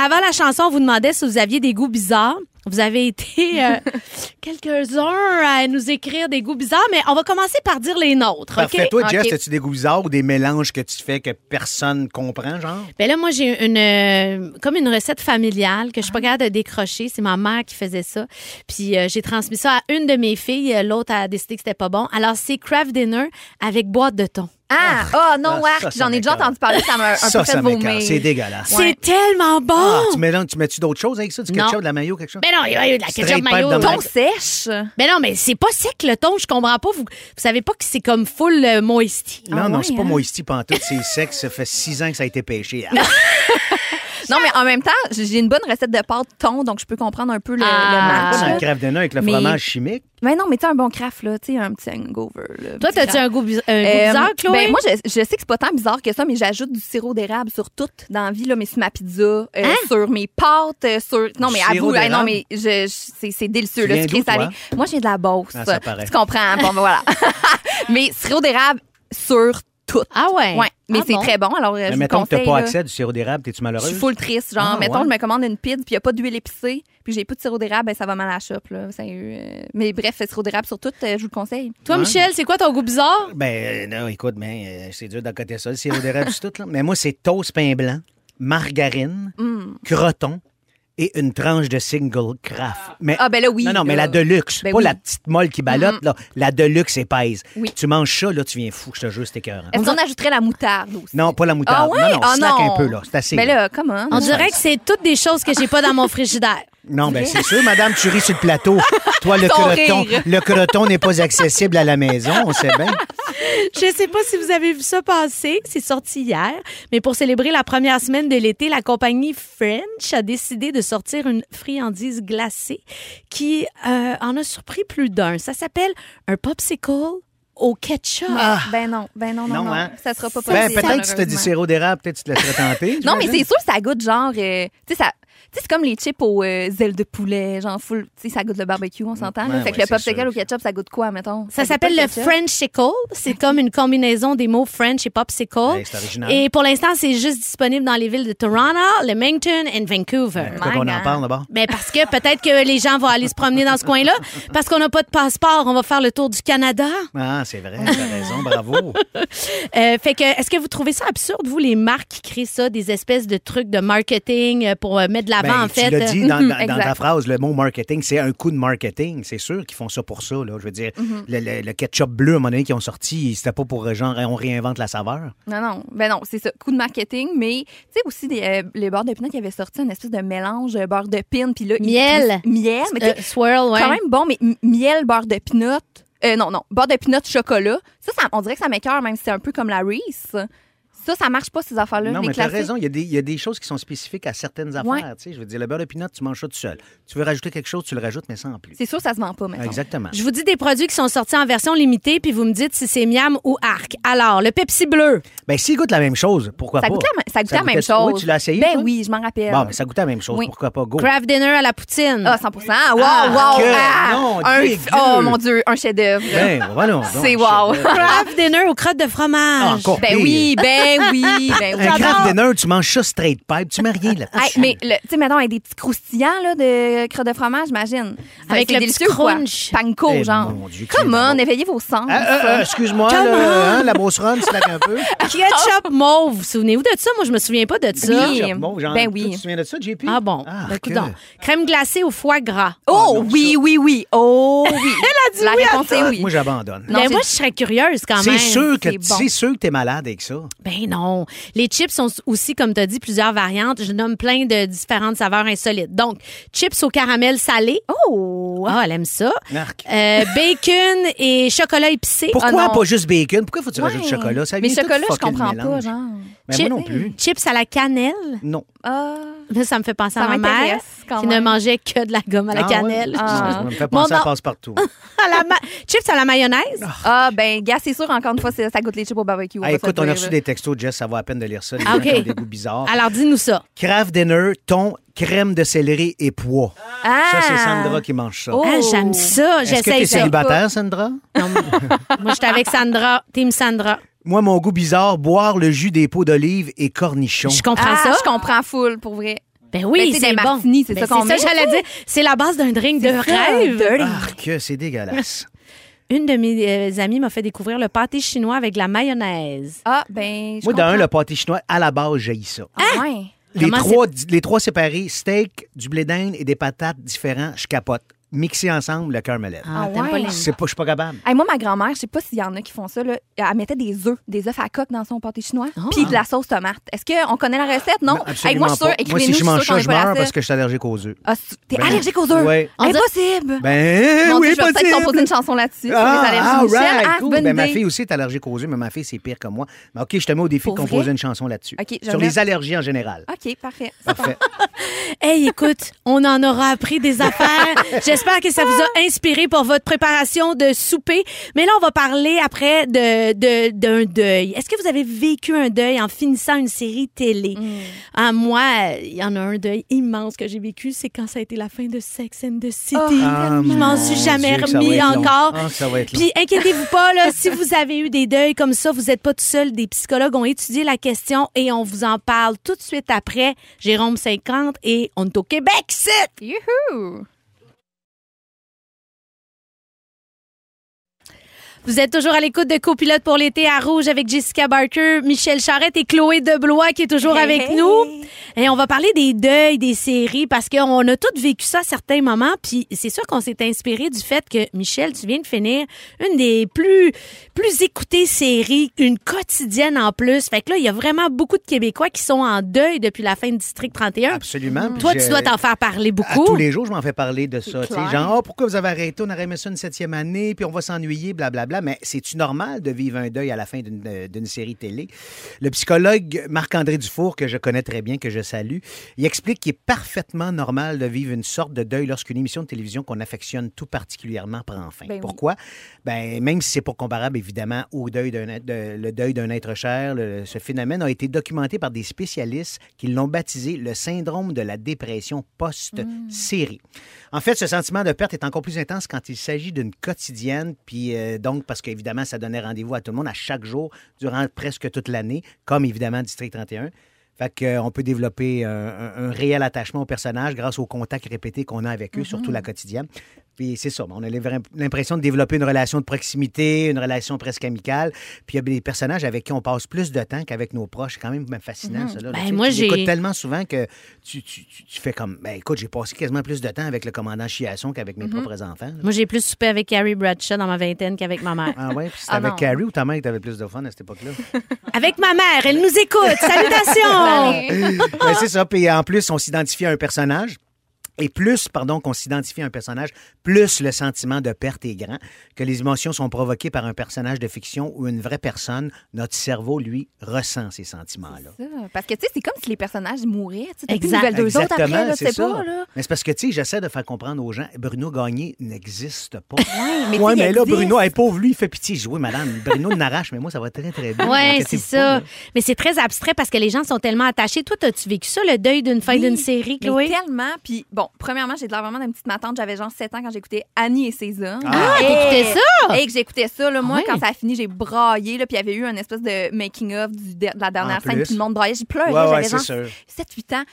Speaker 4: Avant la chanson, on vous demandait si vous aviez des goûts bizarres. Vous avez été
Speaker 3: [LAUGHS]
Speaker 4: euh, quelques-uns à nous écrire des goûts bizarres, mais on va commencer par dire les nôtres.
Speaker 3: Parfait.
Speaker 4: OK?
Speaker 3: Toi,
Speaker 11: [LAUGHS]
Speaker 3: Jess,
Speaker 11: Ok.
Speaker 3: as-tu des goûts bizarres ou des mélanges que tu fais que personne comprend, genre?
Speaker 4: Ben là, moi, j'ai une euh, comme une recette familiale que je suis pas capable de décrocher. C'est ma mère qui faisait ça. Puis euh, j'ai transmis ça à une de mes filles. Euh, L'autre a décidé que c'était pas bon. Alors, c'est craft dinner avec boîte de thon.
Speaker 11: Ah, ah, non,
Speaker 3: Ah,
Speaker 11: ouais,
Speaker 3: ça, ça
Speaker 11: j'en ai déjà
Speaker 3: m'écœure.
Speaker 11: entendu parler, ça m'a un
Speaker 3: ça,
Speaker 11: peu fait
Speaker 3: ça m'écoeure.
Speaker 11: vomir.
Speaker 3: C'est dégueulasse.
Speaker 11: Ouais.
Speaker 4: C'est tellement bon!
Speaker 3: Ah, tu, mélanges, tu mets-tu d'autres choses avec ça? Du
Speaker 4: Non.
Speaker 3: ketchup, de la mayo, quelque chose?
Speaker 4: Ben non, il y a eu de la
Speaker 3: Straight
Speaker 4: ketchup
Speaker 3: pipe
Speaker 4: mayo.
Speaker 3: de
Speaker 11: Ton
Speaker 3: même.
Speaker 11: sèche.
Speaker 4: Ben non, mais c'est pas sec le thon, je comprends pas. Vous, vous savez pas que c'est comme full euh, moisty.
Speaker 3: Non,
Speaker 11: Ah
Speaker 3: non,
Speaker 11: ouais,
Speaker 3: c'est pas
Speaker 11: hein?
Speaker 3: moisty pantoute, c'est sec. Ça fait six ans que ça a été pêché. Ah,
Speaker 11: Non, mais en même temps, j'ai une bonne recette de pâte thon, donc je peux comprendre un peu le,
Speaker 4: Ah.
Speaker 11: le
Speaker 3: Pas
Speaker 11: match.
Speaker 3: dans
Speaker 11: là.
Speaker 3: le craft dinner avec le
Speaker 11: Mais-
Speaker 3: fromage chimique.
Speaker 11: Mais non, mais tu as un bon craft, là, tu sais, un petit hangover. Là,
Speaker 4: Toi,
Speaker 11: petit
Speaker 4: t'as-tu un goût, Ah, bizarre, un goût
Speaker 11: Euh,
Speaker 4: bizarre, Chloé?
Speaker 11: Ben, moi, je, je sais que c'est pas tant bizarre que ça, mais j'ajoute du sirop d'érable sur tout dans la vie, là, mais sur ma pizza, euh, sur mes pâtes, euh, sur. Non,
Speaker 3: Du
Speaker 11: mais
Speaker 3: sirop
Speaker 11: avoue, hey, non,
Speaker 3: d'érable?
Speaker 11: mais je, je- c'est c'est délicieux,
Speaker 3: Tu
Speaker 11: là,
Speaker 3: viens
Speaker 11: sucré
Speaker 3: d'où, toi?
Speaker 11: salé. Moi, j'ai de la Beauce.
Speaker 3: Ah, ça paraît.
Speaker 11: tu comprends? Bon, ben [LAUGHS] voilà. mais sirop d'érable sur tout.
Speaker 4: Ah ouais?
Speaker 11: Ouais, mais
Speaker 4: Ah
Speaker 11: c'est
Speaker 4: bon?
Speaker 11: très Hein? bon. Alors, euh, je
Speaker 3: Mais
Speaker 11: vous
Speaker 3: mettons que t'as
Speaker 11: conseille,
Speaker 3: pas
Speaker 11: là.
Speaker 3: accès à du sirop d'érable, t'es-tu
Speaker 11: Je
Speaker 3: malheureuse?
Speaker 11: suis full triste. Genre,
Speaker 3: Ah,
Speaker 11: mettons,
Speaker 3: ouais.
Speaker 11: je me commande une pide, puis il n'y a pas d'huile épicée, puis j'ai pas de sirop d'érable, ben, ça va mal à la chope. Là. Ça, euh, Mais bref, sirop d'érable sur tout, euh, je vous le conseille.
Speaker 4: Toi, Michel, c'est quoi ton goût bizarre?
Speaker 3: Ben, euh, non, écoute, mais c'est dur d'accoter ça, le
Speaker 11: Mm.
Speaker 3: sirop d'érable du tout. Là. Mais moi, c'est toast pain blanc, margarine, croton et une tranche de single craft. Mais,
Speaker 11: Ah, ben là, oui,
Speaker 3: Non, non, mais
Speaker 11: là.
Speaker 3: la deluxe.
Speaker 11: Ben
Speaker 3: pas
Speaker 11: oui.
Speaker 3: la petite molle qui balotte,
Speaker 11: Mhm.
Speaker 3: là. La deluxe épaise.
Speaker 11: Oui.
Speaker 3: Tu manges ça, là, tu viens fou, je te jure, c'est écœurant.
Speaker 11: Est-ce qu'on ajouterait la moutarde aussi?
Speaker 3: Non, pas la
Speaker 11: Ah
Speaker 3: moutarde.
Speaker 11: ouais?
Speaker 3: Non, non,
Speaker 11: Ah
Speaker 3: snack
Speaker 11: non.
Speaker 3: un peu, là. C'est assez.
Speaker 11: Mais Ben là, comment?
Speaker 4: On dirait que c'est toutes des choses que j'ai pas [LAUGHS] dans mon frigidaire.
Speaker 3: Non, ben
Speaker 4: Ok.
Speaker 11: [LAUGHS]
Speaker 3: c'est sûr, madame, tu ris sur le plateau. Toi, le
Speaker 4: Son
Speaker 3: croton,
Speaker 4: rire.
Speaker 3: le croton n'est pas accessible à la maison, on sait bien.
Speaker 4: Je sais pas si vous avez vu ça passer, c'est sorti hier, mais pour célébrer la première semaine de l'été, la compagnie French a décidé de sortir une friandise glacée qui euh, en a surpris plus d'un. Ça s'appelle un popsicle au ketchup.
Speaker 11: Ah. Ben non, ben non, non, non.
Speaker 3: hein?
Speaker 11: Ça sera pas
Speaker 3: Ben,
Speaker 11: possible.
Speaker 3: peut-être que tu te dis
Speaker 11: malheureusement.
Speaker 3: sirop d'érable, peut-être que tu te laisserais tenter.
Speaker 11: [LAUGHS] Non, mais
Speaker 3: j'imagine.
Speaker 11: c'est sûr, ça goûte genre. euh, tu sais, ça. tu sais, c'est comme les chips aux euh, ailes de poulet, genre full. Tu sais, ça goûte le barbecue, on s'entend. là.
Speaker 4: Ouais,
Speaker 11: fait que
Speaker 4: ouais,
Speaker 11: le
Speaker 4: c'est
Speaker 11: popsicle au ketchup, ça goûte quoi, mettons?
Speaker 4: Ça
Speaker 11: goûte
Speaker 4: s'appelle
Speaker 11: pas
Speaker 4: le
Speaker 11: ketchup?
Speaker 4: Frenchicle. C'est comme une combinaison des mots French et popsicle.
Speaker 11: c'est original.
Speaker 4: Et pour l'instant, c'est juste disponible dans les villes de Toronto, Leamington et Vancouver.
Speaker 3: Pourquoi qu'on
Speaker 11: hein.
Speaker 3: en parle d'abord?
Speaker 4: Mais parce que peut-être que les gens vont aller se promener dans ce coin-là. Parce qu'on n'a pas de passeport, on va faire le tour du Canada.
Speaker 3: Ah, c'est vrai,
Speaker 11: [LAUGHS]
Speaker 3: t'as raison, bravo.
Speaker 4: Euh, fait que, est-ce que vous trouvez ça absurde, vous, les marques qui créent ça, des espèces de trucs de marketing euh, pour euh, mettre
Speaker 11: Ah,
Speaker 4: de l'avant,
Speaker 3: Ben,
Speaker 4: en fait?
Speaker 3: Tu l'as dit
Speaker 11: [LAUGHS]
Speaker 4: euh,
Speaker 3: dans, dans- dans
Speaker 4: exact.
Speaker 3: ta phrase, le mot marketing, c'est un coup de marketing. C'est sûr qu'ils font ça pour ça. Là. Je veux dire,
Speaker 11: Mhm.
Speaker 3: le, le- le ketchup bleu, à un moment donné, qu'ils ont sorti, c'était pas pour euh, genre, on réinvente la saveur.
Speaker 11: Non, non, ben non, c'est ça. Coup de marketing, mais tu sais aussi des, euh, les beurres de pinot qui avaient sorti une espèce de mélange euh, beurre de pin puis là ils
Speaker 4: Miel.
Speaker 11: crissent- miel, mais tu sais,
Speaker 4: Euh, swirl, ouais.
Speaker 11: quand même bon, mais m- miel beurre de pinot, euh, non non, beurre de pinot chocolat. Ça, ça- on dirait que ça m'écœure même si c'est un peu comme la Reese. Ça, ça marche pas ces affaires-là.
Speaker 3: non,
Speaker 11: les
Speaker 3: mais t'as
Speaker 11: classiques.
Speaker 3: raison. Il y, a des, il y a des choses qui sont spécifiques à certaines affaires.
Speaker 11: Ouais.
Speaker 3: tu sais. Je veux dire, le beurre de pinot, tu manges ça tout seul. Tu veux rajouter quelque chose, tu le rajoutes, mais sans plus.
Speaker 11: C'est sûr, ça se vend pas
Speaker 3: Ah,
Speaker 11: maintenant.
Speaker 3: Exactement.
Speaker 4: Je vous dis des produits qui sont sortis en version limitée, puis vous me dites si c'est miam ou arc. Alors, le Pepsi bleu.
Speaker 3: Ben, s'il goûte la même chose, pourquoi
Speaker 4: Ça
Speaker 3: pas?
Speaker 4: goûte la
Speaker 11: Ça goûte la même
Speaker 3: goûtait-
Speaker 11: chose.
Speaker 3: Oui, tu l'as essayé?
Speaker 11: Ben
Speaker 3: toi?
Speaker 11: oui, je m'en rappelle.
Speaker 3: Bon, mais ça goûte la même chose.
Speaker 11: Oui.
Speaker 3: Pourquoi pas? Go.
Speaker 4: Craft dinner à la poutine.
Speaker 11: Ah, 100 Wow,
Speaker 4: Ah,
Speaker 11: wow,
Speaker 4: que
Speaker 11: ah!
Speaker 4: non,
Speaker 11: Un-
Speaker 4: dégueu.
Speaker 11: Oh mon Dieu, un chef-d'œuvre.
Speaker 3: Ben, voilà donc,
Speaker 11: C'est
Speaker 3: un
Speaker 11: wow.
Speaker 3: chef-d'œuvre.
Speaker 4: Craft dinner aux crottes de fromage.
Speaker 3: Ah, Encore
Speaker 11: Ben
Speaker 3: pire.
Speaker 11: oui, ben oui, ben oui.
Speaker 3: Un craft dinner, tu manges ça straight pipe, tu mets rien
Speaker 11: Hey,
Speaker 3: là-dessus.
Speaker 11: mais, le- tu sais, mettons, avec des petits croustillants là, de crottes de fromage, j'imagine. [LAUGHS] Ça,
Speaker 4: Avec
Speaker 11: c'est
Speaker 4: le
Speaker 11: délicieux,
Speaker 4: petit
Speaker 11: quoi.
Speaker 4: crunch.
Speaker 11: Panko,
Speaker 3: Eh,
Speaker 11: genre.
Speaker 3: mon Dieu, que c'est
Speaker 11: Comment, éveillez vos sens.
Speaker 3: Ah, ah, ah, Excuse-moi,
Speaker 11: Come
Speaker 3: là,
Speaker 11: on.
Speaker 3: hein, la bosse run, slack
Speaker 11: [LAUGHS]
Speaker 3: un peu.
Speaker 4: Ketchup mauve, vous souvenez-vous de ça? Moi, je me souviens pas de ça.
Speaker 3: Oui. Ketchup mauve, genre, Ben oui. tu te souviens de ça, JP?
Speaker 4: Ah bon,
Speaker 3: Ah,
Speaker 4: ben,
Speaker 3: que-
Speaker 4: coudonc. Crème glacée au foie gras.
Speaker 11: Oh, oui, oui, oui. Oh oui. Elle a dit
Speaker 4: La
Speaker 11: oui à
Speaker 4: réponse est
Speaker 11: ça.
Speaker 4: oui.
Speaker 3: Moi, j'abandonne.
Speaker 4: Mais Ben, moi, je serais curieuse quand
Speaker 3: C'est
Speaker 4: même.
Speaker 3: sûr que
Speaker 4: C'est
Speaker 3: tu
Speaker 4: bon.
Speaker 3: c'est sûr que t'es malade avec ça.
Speaker 4: Ben non. Les chips sont aussi, comme tu as dit, plusieurs variantes. Je nomme plein de différentes saveurs insolites. Donc, chips au caramel salé.
Speaker 11: Oh!
Speaker 4: Ah, elle aime ça.
Speaker 3: Marc.
Speaker 4: Euh, bacon et chocolat épicé.
Speaker 3: Pourquoi
Speaker 4: Ah non.
Speaker 3: pas juste bacon? Pourquoi faut-tu rajouter du chocolat? Ça
Speaker 4: Mais
Speaker 3: vient tout
Speaker 4: chocolat, je
Speaker 3: fucker le
Speaker 4: comprends pas,
Speaker 3: mélange.
Speaker 4: genre.
Speaker 3: Mais
Speaker 4: Chip-
Speaker 3: moi non plus.
Speaker 4: Chips à la cannelle.
Speaker 3: Non.
Speaker 11: Ah,
Speaker 4: Là, ça me fait penser
Speaker 11: Ça
Speaker 4: à ma mère
Speaker 11: m'intéresse, quand
Speaker 4: qui
Speaker 11: même.
Speaker 4: ne mangeait que de la gomme à la
Speaker 3: Ah ouais?
Speaker 4: cannelle.
Speaker 3: Ah, Ça me fait
Speaker 4: Mon
Speaker 3: penser à
Speaker 4: or- [LAUGHS]
Speaker 3: passe-partout.
Speaker 4: à la ma- Chips à la mayonnaise.
Speaker 11: Ah, ben, gars, c'est sûr, encore une fois, c'est- ça goûte les chips au barbecue.
Speaker 3: Ah,
Speaker 11: va
Speaker 3: écoute,
Speaker 11: se le
Speaker 3: on a
Speaker 11: dire,
Speaker 3: reçu
Speaker 11: là.
Speaker 3: des textos, Jess, ça vaut la peine de lire ça. Les
Speaker 4: Ah,
Speaker 3: gens qui
Speaker 4: OK.
Speaker 3: ont des goûts bizarres.
Speaker 4: Alors, dis-nous ça.
Speaker 3: Craft dinner, thon, crème de céleri et pois. Ça, c'est Sandra qui mange
Speaker 11: Oh.
Speaker 3: ça.
Speaker 4: Ah, j'aime ça.
Speaker 3: Est-ce que
Speaker 4: J'essaye
Speaker 3: t'es
Speaker 4: ça.
Speaker 3: célibataire, Sandra?
Speaker 4: Moi, j'étais avec Sandra, Team Sandra.
Speaker 3: [LAUGHS] Moi, mon goût bizarre, boire le jus des pots d'olive et cornichons.
Speaker 4: Je comprends
Speaker 11: Ah,
Speaker 4: ça.
Speaker 11: je comprends full, pour vrai.
Speaker 4: Ben oui,
Speaker 11: Ben, tu sais,
Speaker 4: c'est
Speaker 11: des
Speaker 4: bon.
Speaker 11: martinis, c'est ça
Speaker 4: Ben,
Speaker 11: qu'on
Speaker 4: C'est
Speaker 11: met,
Speaker 4: ça, j'allais
Speaker 11: tu sais.
Speaker 4: dire. C'est la base d'un drink de
Speaker 11: ça,
Speaker 4: rêve.
Speaker 11: un drink.
Speaker 3: Ah, que c'est dégueulasse.
Speaker 4: Une de mes euh, amies m'a fait découvrir le pâté chinois avec de la mayonnaise.
Speaker 11: Ah, ben, [LAUGHS] je
Speaker 3: Moi, dans
Speaker 11: comprends.
Speaker 3: un, le pâté chinois, à la base, j'ai ça.
Speaker 11: Ah, ouais.
Speaker 3: Les
Speaker 4: Comment
Speaker 3: trois, les trois séparés, steak, du blé d'Inde et des patates différents, je capote. Mixés ensemble, le cœur me lève.
Speaker 11: Ah, t'aimes pas ouais. Ah, les-
Speaker 3: C'est pas- Je suis pas capable.
Speaker 11: Hey, moi, ma grand-mère, je sais pas s'il y en a qui font ça, là, elle mettait des œufs, des œufs à coque dans son pâté chinois, puis de la sauce tomate. Est-ce qu'on connaît la recette? Non? Hey,
Speaker 3: Absolument
Speaker 11: moi, je suis sûre,
Speaker 3: pas. Moi, si
Speaker 11: écrivez-nous,
Speaker 3: je mange
Speaker 11: suis sûre
Speaker 3: ça,
Speaker 11: qu'on
Speaker 3: je
Speaker 11: est pas
Speaker 3: meurs
Speaker 11: la
Speaker 3: parce
Speaker 11: seule.
Speaker 3: que je suis allergique aux œufs.
Speaker 11: Ah, tu- T'es
Speaker 3: Ben,
Speaker 11: allergique aux œufs?
Speaker 3: ouais. On dirait-
Speaker 11: Impossible!
Speaker 3: Ben
Speaker 11: Mon Dieu,
Speaker 3: oui,
Speaker 11: je vais peut-être
Speaker 3: possible.
Speaker 11: composer une chanson là-dessus, sur les allergies.
Speaker 3: Ah, all
Speaker 11: Michel,
Speaker 3: right,
Speaker 11: ah,
Speaker 3: cool.
Speaker 11: bonne
Speaker 3: Ben, ma
Speaker 11: idée.
Speaker 3: fille aussi est allergique aux œufs, mais ma fille, c'est pire que moi. Mais OK, je te mets au défi
Speaker 11: Pour
Speaker 3: de composer
Speaker 11: vrai?
Speaker 3: une chanson là-dessus.
Speaker 11: OK, je
Speaker 3: Sur
Speaker 11: note.
Speaker 3: les allergies en général.
Speaker 11: OK, parfait.
Speaker 3: Parfait.
Speaker 4: Hey,
Speaker 11: [LAUGHS]
Speaker 4: écoute, on en aura appris des affaires. J'espère que ça vous a inspiré pour votre préparation de souper. Mais là, on va parler après de de- d'un deuil. Est-ce que vous avez vécu un deuil en finissant une série télé?
Speaker 11: Mm.
Speaker 4: Ah, moi, il y en a un deuil immense que j'ai vécu, c'est quand ça a été la fin de Sex and the
Speaker 11: Oh.
Speaker 4: City.
Speaker 3: Ah,
Speaker 4: Je
Speaker 3: mon
Speaker 4: m'en suis jamais
Speaker 3: Dieu, que ça va
Speaker 4: remis
Speaker 3: être long.
Speaker 4: encore.
Speaker 3: Ah, que ça va être long.
Speaker 4: Puis inquiétez-vous pas, là, si vous avez eu des deuils comme ça, vous n'êtes pas tout seul. Des psychologues ont étudié la question et on vous en parle tout de suite après. Jérôme 50 et on est au Québec, c'est!
Speaker 11: Youhou!
Speaker 4: Vous êtes toujours à l'écoute de Copilote pour l'été à Rouge avec Jessica Barker, Michel Charrette et Chloé Deblois qui est toujours
Speaker 11: Hey,
Speaker 4: avec
Speaker 11: hey.
Speaker 4: nous. Et on va parler des deuils, des séries, parce qu'on a toutes vécu ça à certains moments. Puis c'est sûr qu'on s'est inspiré du fait que, Michel, tu viens de finir une des plus, plus écoutées séries, une quotidienne en plus. Fait que là, il y a vraiment beaucoup de Québécois qui sont en deuil depuis la fin de District 31.
Speaker 3: Absolument.
Speaker 4: hein, Toi,
Speaker 3: Puis
Speaker 4: tu
Speaker 3: je-
Speaker 4: dois t'en faire parler
Speaker 3: À
Speaker 4: beaucoup.
Speaker 3: tous les jours, je m'en fais parler de ça. tu sais,
Speaker 4: clair.
Speaker 3: genre, Ah, pourquoi vous avez arrêté? On aurait aimé ça une septième année, puis on va s'ennuyer, blablabla. Mais c'est-tu normal de vivre un deuil à la fin d'une euh, d'une série télé? Le psychologue Marc-André Dufour, que je connais très bien, que je salue, il explique qu'il est parfaitement normal de vivre une sorte de deuil lorsqu'une émission de télévision qu'on affectionne tout particulièrement prend fin.
Speaker 11: Ben oui.
Speaker 3: Pourquoi? Ben, même si c'est pas comparable, évidemment, au deuil d'un être- de- le deuil d'un être cher, le- ce phénomène a été documenté par des spécialistes qui l'ont baptisé le syndrome de la dépression post-série. En fait, ce sentiment de perte est encore plus intense quand il s'agit d'une quotidienne, puis euh, donc parce qu'évidemment, ça donnait rendez-vous à tout le monde à chaque jour durant presque toute l'année, comme évidemment District 31. Fait qu'on peut développer un, un- un réel attachement au personnage grâce au contact répété qu'on a avec eux, surtout la quotidienne. Puis c'est ça, on a l'im- l'impression de développer une relation de proximité, une relation presque amicale. Puis il y a des personnages avec qui on passe plus de temps qu'avec nos proches. C'est quand même fascinant,
Speaker 4: Mhm.
Speaker 3: ça. Là.
Speaker 4: Ben,
Speaker 3: Tu sais,
Speaker 4: moi,
Speaker 3: tu l'écoutes
Speaker 4: j'ai-
Speaker 3: tellement souvent que tu, tu- tu- tu fais comme, ben, écoute, j'ai passé quasiment plus de temps avec le commandant Chiasson qu'avec mes
Speaker 4: Mhm.
Speaker 3: propres enfants. là.
Speaker 4: Moi, j'ai plus soupé avec Carrie Bradshaw dans ma vingtaine qu'avec ma mère. [LAUGHS]
Speaker 3: Ah ouais, puis c'était
Speaker 4: Ah
Speaker 3: avec
Speaker 4: non.
Speaker 3: Carrie ou ta mère que t'avais plus de fun à cette époque-là? [LAUGHS]
Speaker 4: Avec ma mère, elle nous écoute. Salutations!
Speaker 3: Ben, c'est ça. Puis en plus, on s'identifie à un personnage. Et plus, pardon, qu'on s'identifie à un personnage, plus le sentiment de perte est grand, que les émotions sont provoquées par un personnage de fiction ou une vraie personne, notre cerveau, lui, ressent ces sentiments-là.
Speaker 11: Ça, Parce que, tu sais, c'est comme si les personnages mouraient. Tu sais, t'as plus de
Speaker 3: Exact.
Speaker 11: nouvelles d'eux autres après,
Speaker 3: Exactement,
Speaker 11: là, tu sais
Speaker 3: c'est
Speaker 11: pas,
Speaker 3: ça.
Speaker 11: là.
Speaker 3: Mais c'est parce que, tu sais, j'essaie de faire comprendre aux gens, Bruno Gagné n'existe pas.
Speaker 11: mais tu sais,
Speaker 3: Ouais, mais
Speaker 11: il
Speaker 3: là,
Speaker 11: existe.
Speaker 3: Bruno, hey, pauvre lui, il fait pitié. Je dis, oui, madame, Bruno n'arrache, mais moi, ça va très, très bien.
Speaker 4: Oui, c'est
Speaker 3: Inquiétez-vous pas,
Speaker 4: ça.
Speaker 3: là.
Speaker 4: Mais c'est très abstrait parce que les gens sont tellement attachés. Toi, as-tu vécu ça, le deuil d'une fin d'une série,
Speaker 11: Mais
Speaker 4: Chloé?
Speaker 11: tellement. Puis, bon, premièrement, j'ai de l'air vraiment d'une petite matante. J'avais genre 7 ans quand j'écoutais Annie et ses hommes.
Speaker 4: Ah, t'écoutais ça?
Speaker 11: Et que j'écoutais ça. Là, moi,
Speaker 4: Ouais.
Speaker 11: quand ça a fini, j'ai braillé. Là, puis, il y avait eu un espèce de making-of du- de la
Speaker 3: En
Speaker 11: dernière
Speaker 3: plus.
Speaker 11: scène. Puis, le monde braillait. J'ai pleuré.
Speaker 3: Ouais, ouais,
Speaker 11: J'avais
Speaker 3: c'est
Speaker 11: genre
Speaker 3: sûr.
Speaker 11: 7-8 ans.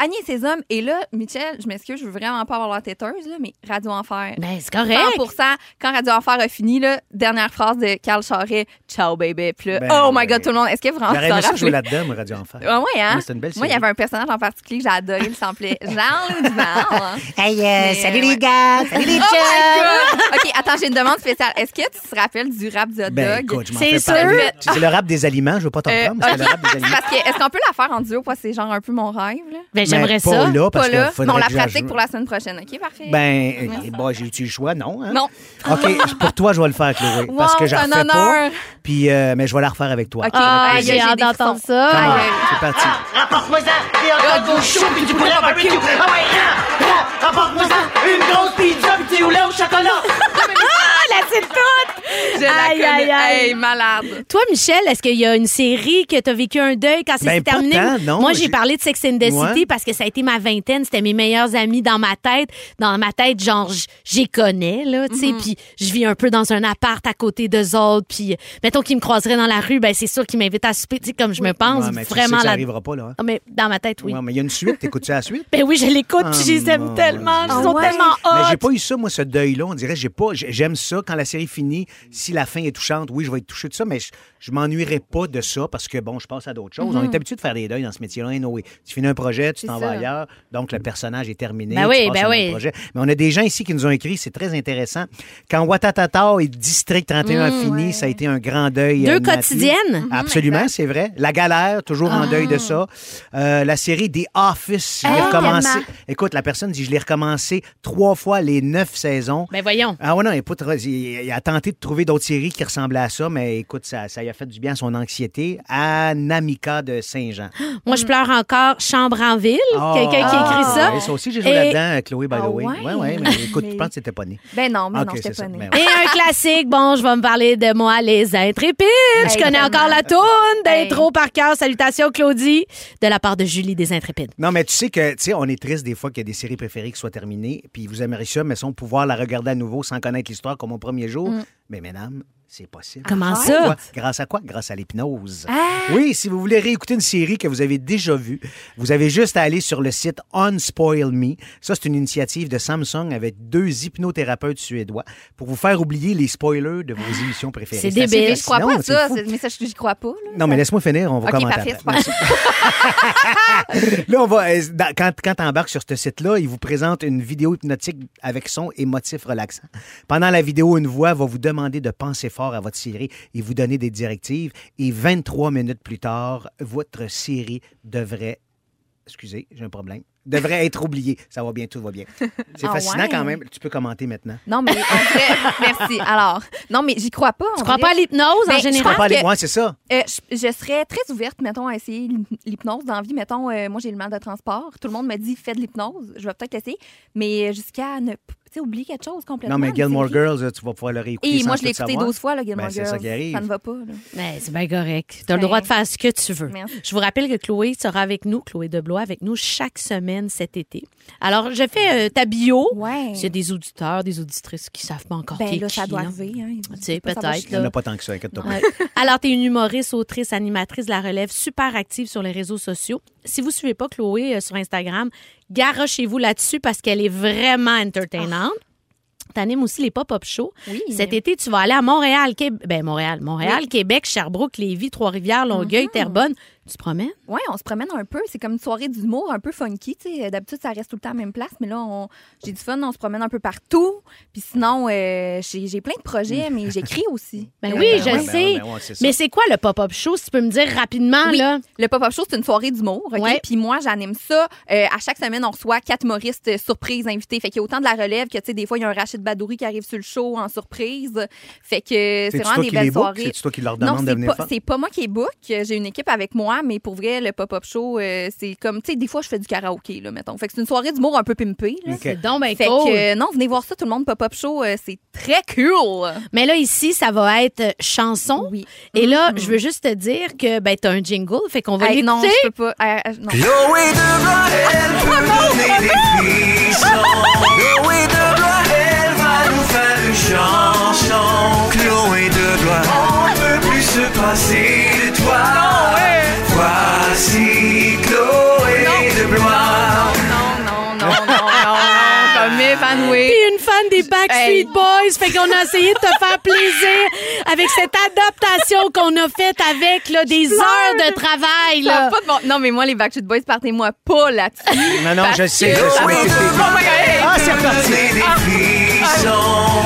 Speaker 11: Annie et ses hommes. Et là, Michel, je m'excuse, je veux vraiment pas avoir la têteuse, là, mais Radio Enfer.
Speaker 4: Ben, c'est correct.
Speaker 11: 100%. Quand Radio Enfer a fini, là, dernière phrase de Carl Charret. Ciao, baby. Puis là,
Speaker 3: Ben,
Speaker 11: oh
Speaker 3: ouais.
Speaker 11: my God, tout le monde. Est-ce que vous
Speaker 3: J'aurais aimé ça
Speaker 11: rappelez?
Speaker 3: jouer là-dedans, moi, Radio Enfer.
Speaker 11: Ouais, ouais, hein?
Speaker 3: Ouais, c'était une belle
Speaker 11: Moi, il y
Speaker 3: série.
Speaker 11: avait un personnage en particulier que j'ai adoré, il s'appelait
Speaker 3: [LAUGHS]
Speaker 11: Jean-Louis Duval.
Speaker 3: Hey, euh,
Speaker 11: Mais,
Speaker 3: salut
Speaker 11: euh,
Speaker 3: les
Speaker 11: ouais.
Speaker 3: gars! Salut les
Speaker 11: Oh my
Speaker 3: chums!
Speaker 11: God! OK, attends, j'ai une demande spéciale. Est-ce que tu te rappelles du rap du hot dog?
Speaker 3: Ben, écoute, je m'en
Speaker 4: C'est
Speaker 3: fais parler.
Speaker 11: sûr.
Speaker 3: C'est le rap des aliments, je veux pas t'en
Speaker 11: Euh,
Speaker 3: prendre, mais c'est le rap
Speaker 11: [LAUGHS]
Speaker 3: des
Speaker 11: C'est
Speaker 3: aliments.
Speaker 11: parce que, est-ce qu'on peut la faire en duo? Parce que c'est genre un peu mon rêve, là.
Speaker 4: Ben, j'aimerais
Speaker 3: Mais
Speaker 4: ça.
Speaker 3: pas là, parce
Speaker 11: Pas là,
Speaker 3: que
Speaker 11: mais
Speaker 3: faudrait
Speaker 11: on la
Speaker 3: que j'ajoute-
Speaker 11: pratique pour la semaine prochaine. OK, parfait.
Speaker 3: Ben, eh,
Speaker 11: Merci.
Speaker 3: bah, j'ai eu le choix, non. hein?
Speaker 11: Non.
Speaker 3: OK, pour toi, je vais le faire, Chloé,
Speaker 11: Wow,
Speaker 3: parce que
Speaker 11: c'est
Speaker 3: j'en
Speaker 11: un
Speaker 3: refais pas.
Speaker 11: honneur.
Speaker 3: Puis, euh, mais je vais la refaire avec toi.
Speaker 11: OK.
Speaker 4: Ah,
Speaker 11: Aïe, Ah,
Speaker 4: j'ai hâte
Speaker 11: des frissons.
Speaker 4: d'entendre ça.
Speaker 3: Come on,
Speaker 11: Aïe, aïe.
Speaker 3: Ah, c'est parti.
Speaker 12: Rapporte-moi ça, des hot dogs au chou, puis du poulet barbecue. Ah ouais, hein, hein, rapporte-moi ça, une grosse pizza, puis du lait au chocolat.
Speaker 4: Ah, la petite toute!
Speaker 11: Je la
Speaker 4: Aïe, aïe,
Speaker 11: connais.
Speaker 4: aïe.
Speaker 11: Hey, malade.
Speaker 4: Toi, Michel, est-ce qu'il y a une série que t'as vécu un deuil quand
Speaker 3: Ben,
Speaker 4: c'est
Speaker 3: pas
Speaker 4: terminé?
Speaker 3: tant, non.
Speaker 4: Moi, j'ai
Speaker 3: J'ai-
Speaker 4: parlé de Sex and the
Speaker 3: Ouais.
Speaker 4: City parce que ça a été ma vingtaine. C'était mes meilleurs amis dans ma tête. Dans ma tête, genre, j- j'y connais, là, tu sais. Puis je vis un peu dans un appart à côté d'eux autres. Puis, mettons qu'ils me croiseraient dans la rue, ben c'est sûr qu'ils m'invitent à souper, tu sais, comme je me pense.
Speaker 3: Ouais, mais tu sais
Speaker 4: vraiment
Speaker 3: que ça
Speaker 4: là.
Speaker 3: n'arrivera pas, là. hein?
Speaker 4: Ah, mais dans ma tête, oui.
Speaker 3: Ouais, mais il y a une suite, t'écoutes-tu la suite?
Speaker 4: Ben oui, je l'écoute, puis je les
Speaker 3: Ah,
Speaker 4: aime
Speaker 3: mon
Speaker 4: tellement.
Speaker 3: Dieu.
Speaker 4: Ils sont
Speaker 11: Ah ouais?
Speaker 4: tellement
Speaker 3: Mais j'ai
Speaker 4: hot.
Speaker 3: pas eu ça, moi, ce deuil-là. On dirait, j'ai pas, j'ai- j'aime ça quand la série finit. Si la fin est touchante, oui, je vais être touché de ça, mais je, je m'ennuierai pas de ça parce que, bon, je passe à d'autres choses.
Speaker 4: Mhm.
Speaker 3: On est habitué de faire des deuils dans ce métier-là. Hein, Noé. Tu finis un projet, tu
Speaker 11: C'est
Speaker 3: t'en
Speaker 11: ça.
Speaker 3: vas ailleurs. Donc, le personnage est terminé.
Speaker 4: Ben
Speaker 3: tu
Speaker 4: oui,
Speaker 3: passes
Speaker 4: ben
Speaker 3: à un autre
Speaker 4: oui.
Speaker 3: projet. Mais on a des gens ici qui nous ont écrit, c'est très intéressant. Quand Watatata et District 31 a fini, ça a été un grand deuil.
Speaker 4: Mm. Deux
Speaker 3: euh, de Nathalie.
Speaker 4: quotidiennes.
Speaker 11: Mhm,
Speaker 4: Ah.
Speaker 3: Absolument, c'est vrai. La galère, toujours en deuil de ça. Euh, la série des Office, je l'ai
Speaker 11: Ah,
Speaker 3: recommencé.
Speaker 11: tellement.
Speaker 3: Écoute, la personne dit, je l'ai recommencé trois fois les neuf saisons.
Speaker 4: Ben voyons.
Speaker 3: Ah ouais, non, il, est pas trop- il- il a tenté de trouver d'autres séries qui ressemblaient à ça, mais écoute, ça, ça lui a fait du bien à son anxiété. À Namika
Speaker 4: [GASPS]
Speaker 3: de Saint-Jean.
Speaker 4: Moi, je pleure encore Chambre en ville.
Speaker 3: Ah,
Speaker 4: Quelqu'un qui écrit ça.
Speaker 3: ouais, ça aussi, j'ai joué
Speaker 4: Et-
Speaker 3: là-dedans, Chloé, by the
Speaker 11: Ah
Speaker 3: way.
Speaker 11: ouais?
Speaker 3: Ouais, ouais, mais écoute,
Speaker 11: Mais-
Speaker 3: tu penses que t'étais pas né.
Speaker 11: Ben non, mais
Speaker 3: Ah,
Speaker 11: non,
Speaker 3: ok,
Speaker 11: j'étais
Speaker 3: c'est ça.
Speaker 11: pas née.
Speaker 3: Ben
Speaker 4: Et
Speaker 3: [LAUGHS]
Speaker 4: un classique, bon, je vais me parler de moi, les intrépides. je
Speaker 11: Hey,
Speaker 4: connais
Speaker 11: vraiment.
Speaker 4: encore la toune d'intro
Speaker 11: Hey.
Speaker 4: par cœur. Salutations, Claudie, de la part de Julie des intrépides.
Speaker 3: Non, mais tu sais que, tu sais, on est triste des fois qu'il y a des séries préférées qui soient terminées, puis vous aimeriez ça, mais sans pouvoir la regarder à nouveau sans connaître l'histoire comme au premier jour. Mais mesdames, C'est possible.
Speaker 4: Mm. Comment ça?
Speaker 3: Ouais. Grâce à quoi? Grâce à l'hypnose.
Speaker 4: Ah!
Speaker 3: Oui, si vous voulez réécouter une série que vous avez déjà vue, vous avez juste à aller sur le site Unspoil Me. Ça, c'est une initiative de Samsung avec deux hypnothérapeutes suédois pour vous faire oublier les spoilers de vos émissions préférées.
Speaker 11: Ah. C'est
Speaker 3: assez
Speaker 11: débile. Je crois
Speaker 3: fascinant,
Speaker 11: pas à
Speaker 3: c'est
Speaker 11: ça.
Speaker 3: fou.
Speaker 11: c'est- Mais ça, je j'y crois pas. là.
Speaker 3: Non, mais laisse-moi finir, on va
Speaker 11: OK,
Speaker 3: commenter
Speaker 11: parfait.
Speaker 3: après.
Speaker 11: super.
Speaker 3: Là, on va, euh, dans- quand, quand tu embarques sur ce site-là, il vous présente une vidéo hypnotique avec son et motif relaxant. Pendant la vidéo, une voix va vous demander de penser fort à votre série et vous donner des directives. Et 23 minutes plus tard, votre série devrait... Excusez, j'ai un problème. Devrait être oubliée. Ça va bien, tout va bien. C'est
Speaker 11: [LAUGHS] Ah
Speaker 3: fascinant
Speaker 11: ouais.
Speaker 3: quand même. Tu peux commenter maintenant.
Speaker 11: Non, mais en fait, [LAUGHS] merci. Alors, non, mais j'y crois pas. Tu
Speaker 4: crois pas à l'hypnose, en général?
Speaker 3: Je crois pas aller... Ouais, c'est ça.
Speaker 11: Euh, je, je serais très ouverte, mettons, à essayer l'hyp- l'hypnose dans la vie. Mettons, euh, moi, j'ai le mal de transport. Tout le monde me dit, fais de l'hypnose. Je vais peut-être l'essayer. Mais euh, jusqu'à ne. p- Tu sais, oublier quelque chose complètement.
Speaker 3: Non, mais
Speaker 11: là,
Speaker 3: Gilmore
Speaker 11: c'est vrai.
Speaker 3: Girls, là, tu vas pouvoir le réécouter
Speaker 11: Et
Speaker 3: sans
Speaker 11: moi, je
Speaker 3: tout
Speaker 11: l'ai écouté
Speaker 3: savoir.
Speaker 11: 12 fois, là, Gilmore
Speaker 3: Ben, c'est
Speaker 11: Girls.
Speaker 3: ça qui arrive.
Speaker 11: ne va pas, là.
Speaker 4: Mais Ben, c'est bien correct. Tu as le droit de faire ce que tu veux.
Speaker 11: Merci.
Speaker 4: Je vous rappelle que Chloé sera avec nous, Chloé Deblois, avec nous chaque semaine cet été. Alors, je fais euh, ta bio.
Speaker 11: Ouais.
Speaker 4: S'il y a des auditeurs, des auditrices qui savent pas encore
Speaker 11: Ben
Speaker 4: t'es
Speaker 11: là, ça
Speaker 4: qui,
Speaker 11: doit
Speaker 4: là.
Speaker 11: arriver. hein.
Speaker 4: Tu sais,
Speaker 11: Pas savoir
Speaker 4: peut-être.
Speaker 11: qui.
Speaker 3: Il n'y en
Speaker 4: là.
Speaker 3: a pas tant que ça, inquiète-toi pas.
Speaker 4: Ouais. [LAUGHS] Alors, tu es une humoriste, autrice, animatrice de la relève, super active sur les réseaux sociaux. Si vous suivez pas Chloé euh, sur Instagram, garochez-vous là-dessus parce qu'elle est vraiment entertainante. T'animes aussi les pop-up shows.
Speaker 11: Ah. Oui.
Speaker 4: Cet été, tu vas aller à Montréal, Québec, ben Montréal, Montréal, Québec, Sherbrooke, Lévis, Trois-Rivières, Longueuil,
Speaker 11: Ah.
Speaker 4: Terrebonne. Tu te promènes?
Speaker 11: Oui, on se promène un peu. C'est comme une soirée d'humour un peu funky. tu sais. D'habitude, ça reste tout le temps à la même place, mais là, on... j'ai du fun, on se promène un peu partout. Puis sinon, euh, j'ai j'ai plein de projets, mais j'écris aussi.
Speaker 4: Ben
Speaker 11: Donc,
Speaker 4: oui,
Speaker 11: euh,
Speaker 4: je
Speaker 11: ouais.
Speaker 4: sais.
Speaker 3: ben ouais, c'est ça.
Speaker 4: Mais c'est quoi le pop-up show, si tu peux me dire rapidement,
Speaker 11: Oui.
Speaker 4: là?
Speaker 11: Le pop-up show, c'est une soirée d'humour. OK?
Speaker 4: Ouais.
Speaker 11: Puis moi, j'anime ça. Euh, à chaque semaine, on reçoit quatre humoristes euh, surprises invités. Fait qu'il y a autant de la relève que, tu sais, des fois, il y a un Rachid Badouri qui arrive sur le show en surprise. Fait que c'est
Speaker 3: C'est-tu
Speaker 11: vraiment
Speaker 3: toi
Speaker 11: des
Speaker 3: qui
Speaker 11: belles
Speaker 3: les book?
Speaker 11: soirées.
Speaker 3: C'est-tu toi qui leur
Speaker 11: Non,
Speaker 3: demande de
Speaker 11: c'est
Speaker 3: venir
Speaker 11: pas,
Speaker 3: faire?
Speaker 11: c'est pas moi qui est book. J'ai une équipe avec moi, mais pour vrai, le pop-up show, euh, c'est comme, tu sais, des fois, je fais du karaoké, là, mettons. Fait que c'est une soirée d'humour un peu pimpée. là.
Speaker 3: OK.
Speaker 4: C'est donc ben
Speaker 11: Fait
Speaker 4: cool.
Speaker 11: que, euh, non, venez voir ça, tout le monde, pop-up show, euh, c'est très cool.
Speaker 4: Mais là, ici, ça va être euh, chanson.
Speaker 11: Oui. Mm-hmm.
Speaker 4: Et là, je veux juste te dire que ben, t'as un jingle, fait qu'on va
Speaker 11: Hey, non,
Speaker 4: l'écouter.
Speaker 11: je peux pas. euh, euh, non.
Speaker 12: Chloé Deblois, elle peut donner des frissons. Chloé Deblois, elle va nous faire une chanson. Chloé Deblois, on ne peut plus se passer de toi. Voici Chloé Deblois.
Speaker 11: Non, non, non, non, non, non, comme Ah, m'évanouir.
Speaker 4: T'es une fan des Backstreet
Speaker 11: Hey.
Speaker 4: Boys, fait qu'on a essayé de te faire plaisir avec cette adaptation qu'on a faite avec là, des heures de travail.
Speaker 11: Ça
Speaker 4: Là.
Speaker 11: a pas de bon- Non, mais moi, les Backstreet Boys, partez-moi pas là-dessus.
Speaker 3: Non, non, je sais, je sais.
Speaker 12: Chloé Deblois,
Speaker 3: Ah, c'est reparti.
Speaker 12: donner des frissons.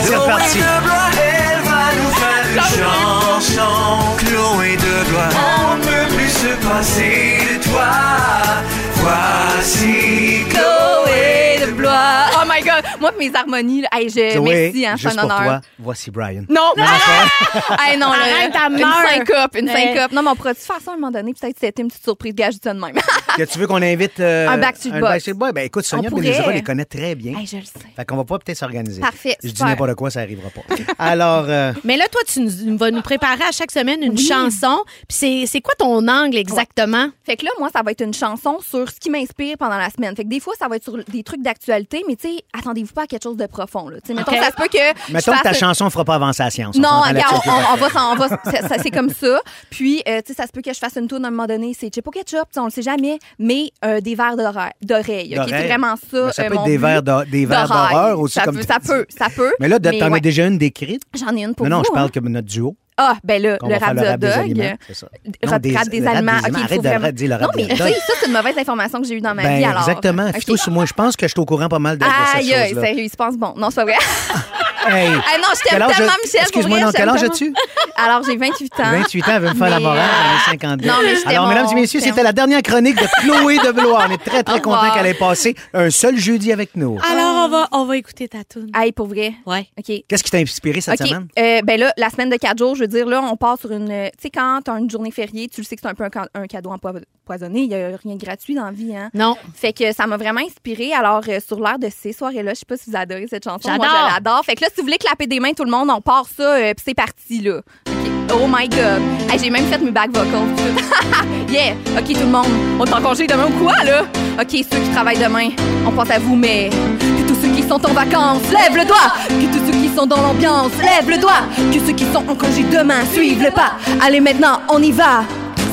Speaker 3: C'est reparti.
Speaker 12: Chloé Deblois, elle va nous faire une chanson. Chloé Deblois, on ne peut plus se passer de toi. Voici
Speaker 11: Chloé de Blois. Oh my God. Moi, pis mes harmonies, là, hey, je...
Speaker 3: Chloé,
Speaker 11: merci, hein, c'est
Speaker 3: juste
Speaker 11: un
Speaker 3: pour
Speaker 11: honneur.
Speaker 3: toi, voici Brian.
Speaker 11: Non, [LAUGHS] hey, non, là,
Speaker 4: Arrête, elle
Speaker 11: une
Speaker 4: meurt.
Speaker 11: syncope, une
Speaker 4: Hey.
Speaker 11: syncope. Non, mais on pourrait-tu faire ça à un moment donné? Peut-être que c'était une petite surprise, gage ça de même. [LAUGHS]
Speaker 3: Que tu veux qu'on invite euh,
Speaker 11: Un Backstreet Boys.
Speaker 3: Boy? Ben écoute, Sonia
Speaker 11: On pourrait.
Speaker 3: Benezra les connaît très bien.
Speaker 11: hey, je le sais.
Speaker 3: Fait qu'on va pas peut-être s'organiser.
Speaker 11: Parfait,
Speaker 3: Je dis
Speaker 11: super.
Speaker 3: n'importe quoi, ça arrivera pas. Alors, euh,
Speaker 4: Mais là, toi, tu nous- vas nous préparer à chaque semaine une chanson. Puis c'est- c'est quoi ton angle exactement?
Speaker 11: Fait que là, moi, ça va être une chanson sur ce qui m'inspire pendant la semaine. Fait que des fois, ça va être sur des trucs d'actualité, mais tu sais, attendez-vous pas à quelque chose de profond. Là. Tu sais, Mettons,
Speaker 4: Ok.
Speaker 11: ça se peut que. je
Speaker 3: mettons que ta
Speaker 11: fasse-
Speaker 3: chanson fera pas avancer la science. On
Speaker 11: Non,
Speaker 3: s'entend là-dessus,
Speaker 11: regarde,
Speaker 3: ok,
Speaker 11: on, on
Speaker 3: parfait.
Speaker 11: va, s'en- on va, ça- ça- c'est comme ça. Puis, euh, tu sais, ça se peut que je fasse une tourne à un moment donné, c'est chip au ketchup, tu sais, on le sait jamais, mais euh, des verres d'oreille- d'oreille. ok?
Speaker 3: D'oreille.
Speaker 11: C'est vraiment ça.
Speaker 3: Mais ça
Speaker 11: euh,
Speaker 3: peut être
Speaker 11: mon
Speaker 3: des
Speaker 11: but.
Speaker 3: verres d'o- des verres
Speaker 11: D'oreille.
Speaker 3: d'horreur aussi,
Speaker 11: Ça
Speaker 3: comme
Speaker 11: peut,
Speaker 3: tu
Speaker 11: ça
Speaker 3: dis.
Speaker 11: peut, ça peut.
Speaker 3: Mais là, de- t'en as
Speaker 11: ouais.
Speaker 3: déjà une décrite.
Speaker 11: J'en ai une pour
Speaker 3: Non, non,
Speaker 11: vous,
Speaker 3: je parle
Speaker 11: hein.
Speaker 3: que notre duo.
Speaker 11: Ah, ben là,
Speaker 3: qu'on
Speaker 11: le
Speaker 3: va faire
Speaker 11: rap
Speaker 3: le rap des
Speaker 11: de
Speaker 3: aliments,
Speaker 11: dog.
Speaker 3: c'est ça.
Speaker 11: Le
Speaker 3: Non,
Speaker 11: rap
Speaker 3: des-
Speaker 11: rap
Speaker 3: le
Speaker 11: des
Speaker 3: rap des
Speaker 11: aliments.
Speaker 3: aliments.
Speaker 11: Ok,
Speaker 3: Arrête
Speaker 11: faut
Speaker 3: de-
Speaker 11: vraiment-
Speaker 3: arrête de dire le
Speaker 11: Non,
Speaker 3: rap
Speaker 11: mais
Speaker 3: des
Speaker 11: tu
Speaker 3: dogs.
Speaker 11: sais, ça, c'est une mauvaise information que j'ai eue dans ma
Speaker 3: Ben,
Speaker 11: vie, alors.
Speaker 3: exactement.
Speaker 11: Ok.
Speaker 3: Fito sur moi, je pense que je suis au courant pas mal de, de ces
Speaker 11: Aïe, aïe,
Speaker 3: choses-là.
Speaker 11: sérieux, il se pense bon. Non, c'est pas vrai. [LAUGHS]
Speaker 3: Hey,
Speaker 11: Ah non, je t'aime
Speaker 3: quel âge-
Speaker 11: tellement, Michel. pour
Speaker 3: Excuse-moi,
Speaker 11: vrai,
Speaker 3: non,
Speaker 11: je
Speaker 3: quel
Speaker 11: t'aime
Speaker 3: âge
Speaker 11: tellement.
Speaker 3: as-tu?
Speaker 11: Alors, j'ai 28 ans.
Speaker 3: 28 ans, elle veut me faire la
Speaker 11: Mais,
Speaker 3: morale,
Speaker 11: euh,
Speaker 3: elle a 52.
Speaker 11: non, mais je
Speaker 3: Alors,
Speaker 11: t'aime,
Speaker 3: mesdames et
Speaker 11: on
Speaker 3: messieurs,
Speaker 11: t'aime.
Speaker 3: c'était la dernière chronique de Chloé de Blois. On est très, très contents
Speaker 11: revoir.
Speaker 3: qu'elle ait passé un seul jeudi avec nous.
Speaker 4: Alors, on va, on va écouter ta tune.
Speaker 11: Aïe, pour vrai.
Speaker 4: Ah, Ouais.
Speaker 11: OK.
Speaker 3: Qu'est-ce qui t'a inspiré cette
Speaker 11: OK.
Speaker 3: semaine?
Speaker 11: Euh, ben là, la semaine de quatre jours, je veux dire, là, on part sur une. euh, Tu sais, quand t'as une journée fériée, tu le sais que c'est un peu un, ca- un cadeau empoi- empoisonné. Il n'y a rien de gratuit dans la vie, hein?
Speaker 4: Non.
Speaker 11: Fait que ça m'a vraiment inspirée. Alors, euh, sur l'air de ces soirées-là, je sais pas si vous adorez cette chanson. Moi,
Speaker 4: J'adore.
Speaker 11: je l'adore. Fait que là, si vous voulez clapper des mains, tout le monde, on part ça, euh, puis c'est parti, là. OK. Oh my God. Hey, J'ai même fait mes back vocals. tout. [LAUGHS] yeah. OK, tout le monde, on est en congé demain ou quoi, là? OK, ceux qui travaillent demain, on pense à vous, mais... Puis tous ceux qui
Speaker 8: qui sont en vacances lèvent le doigt, que tous ceux qui sont dans l'ambiance lèvent le doigt, que ceux qui sont en congé demain suivent le pas. Allez maintenant, on y va.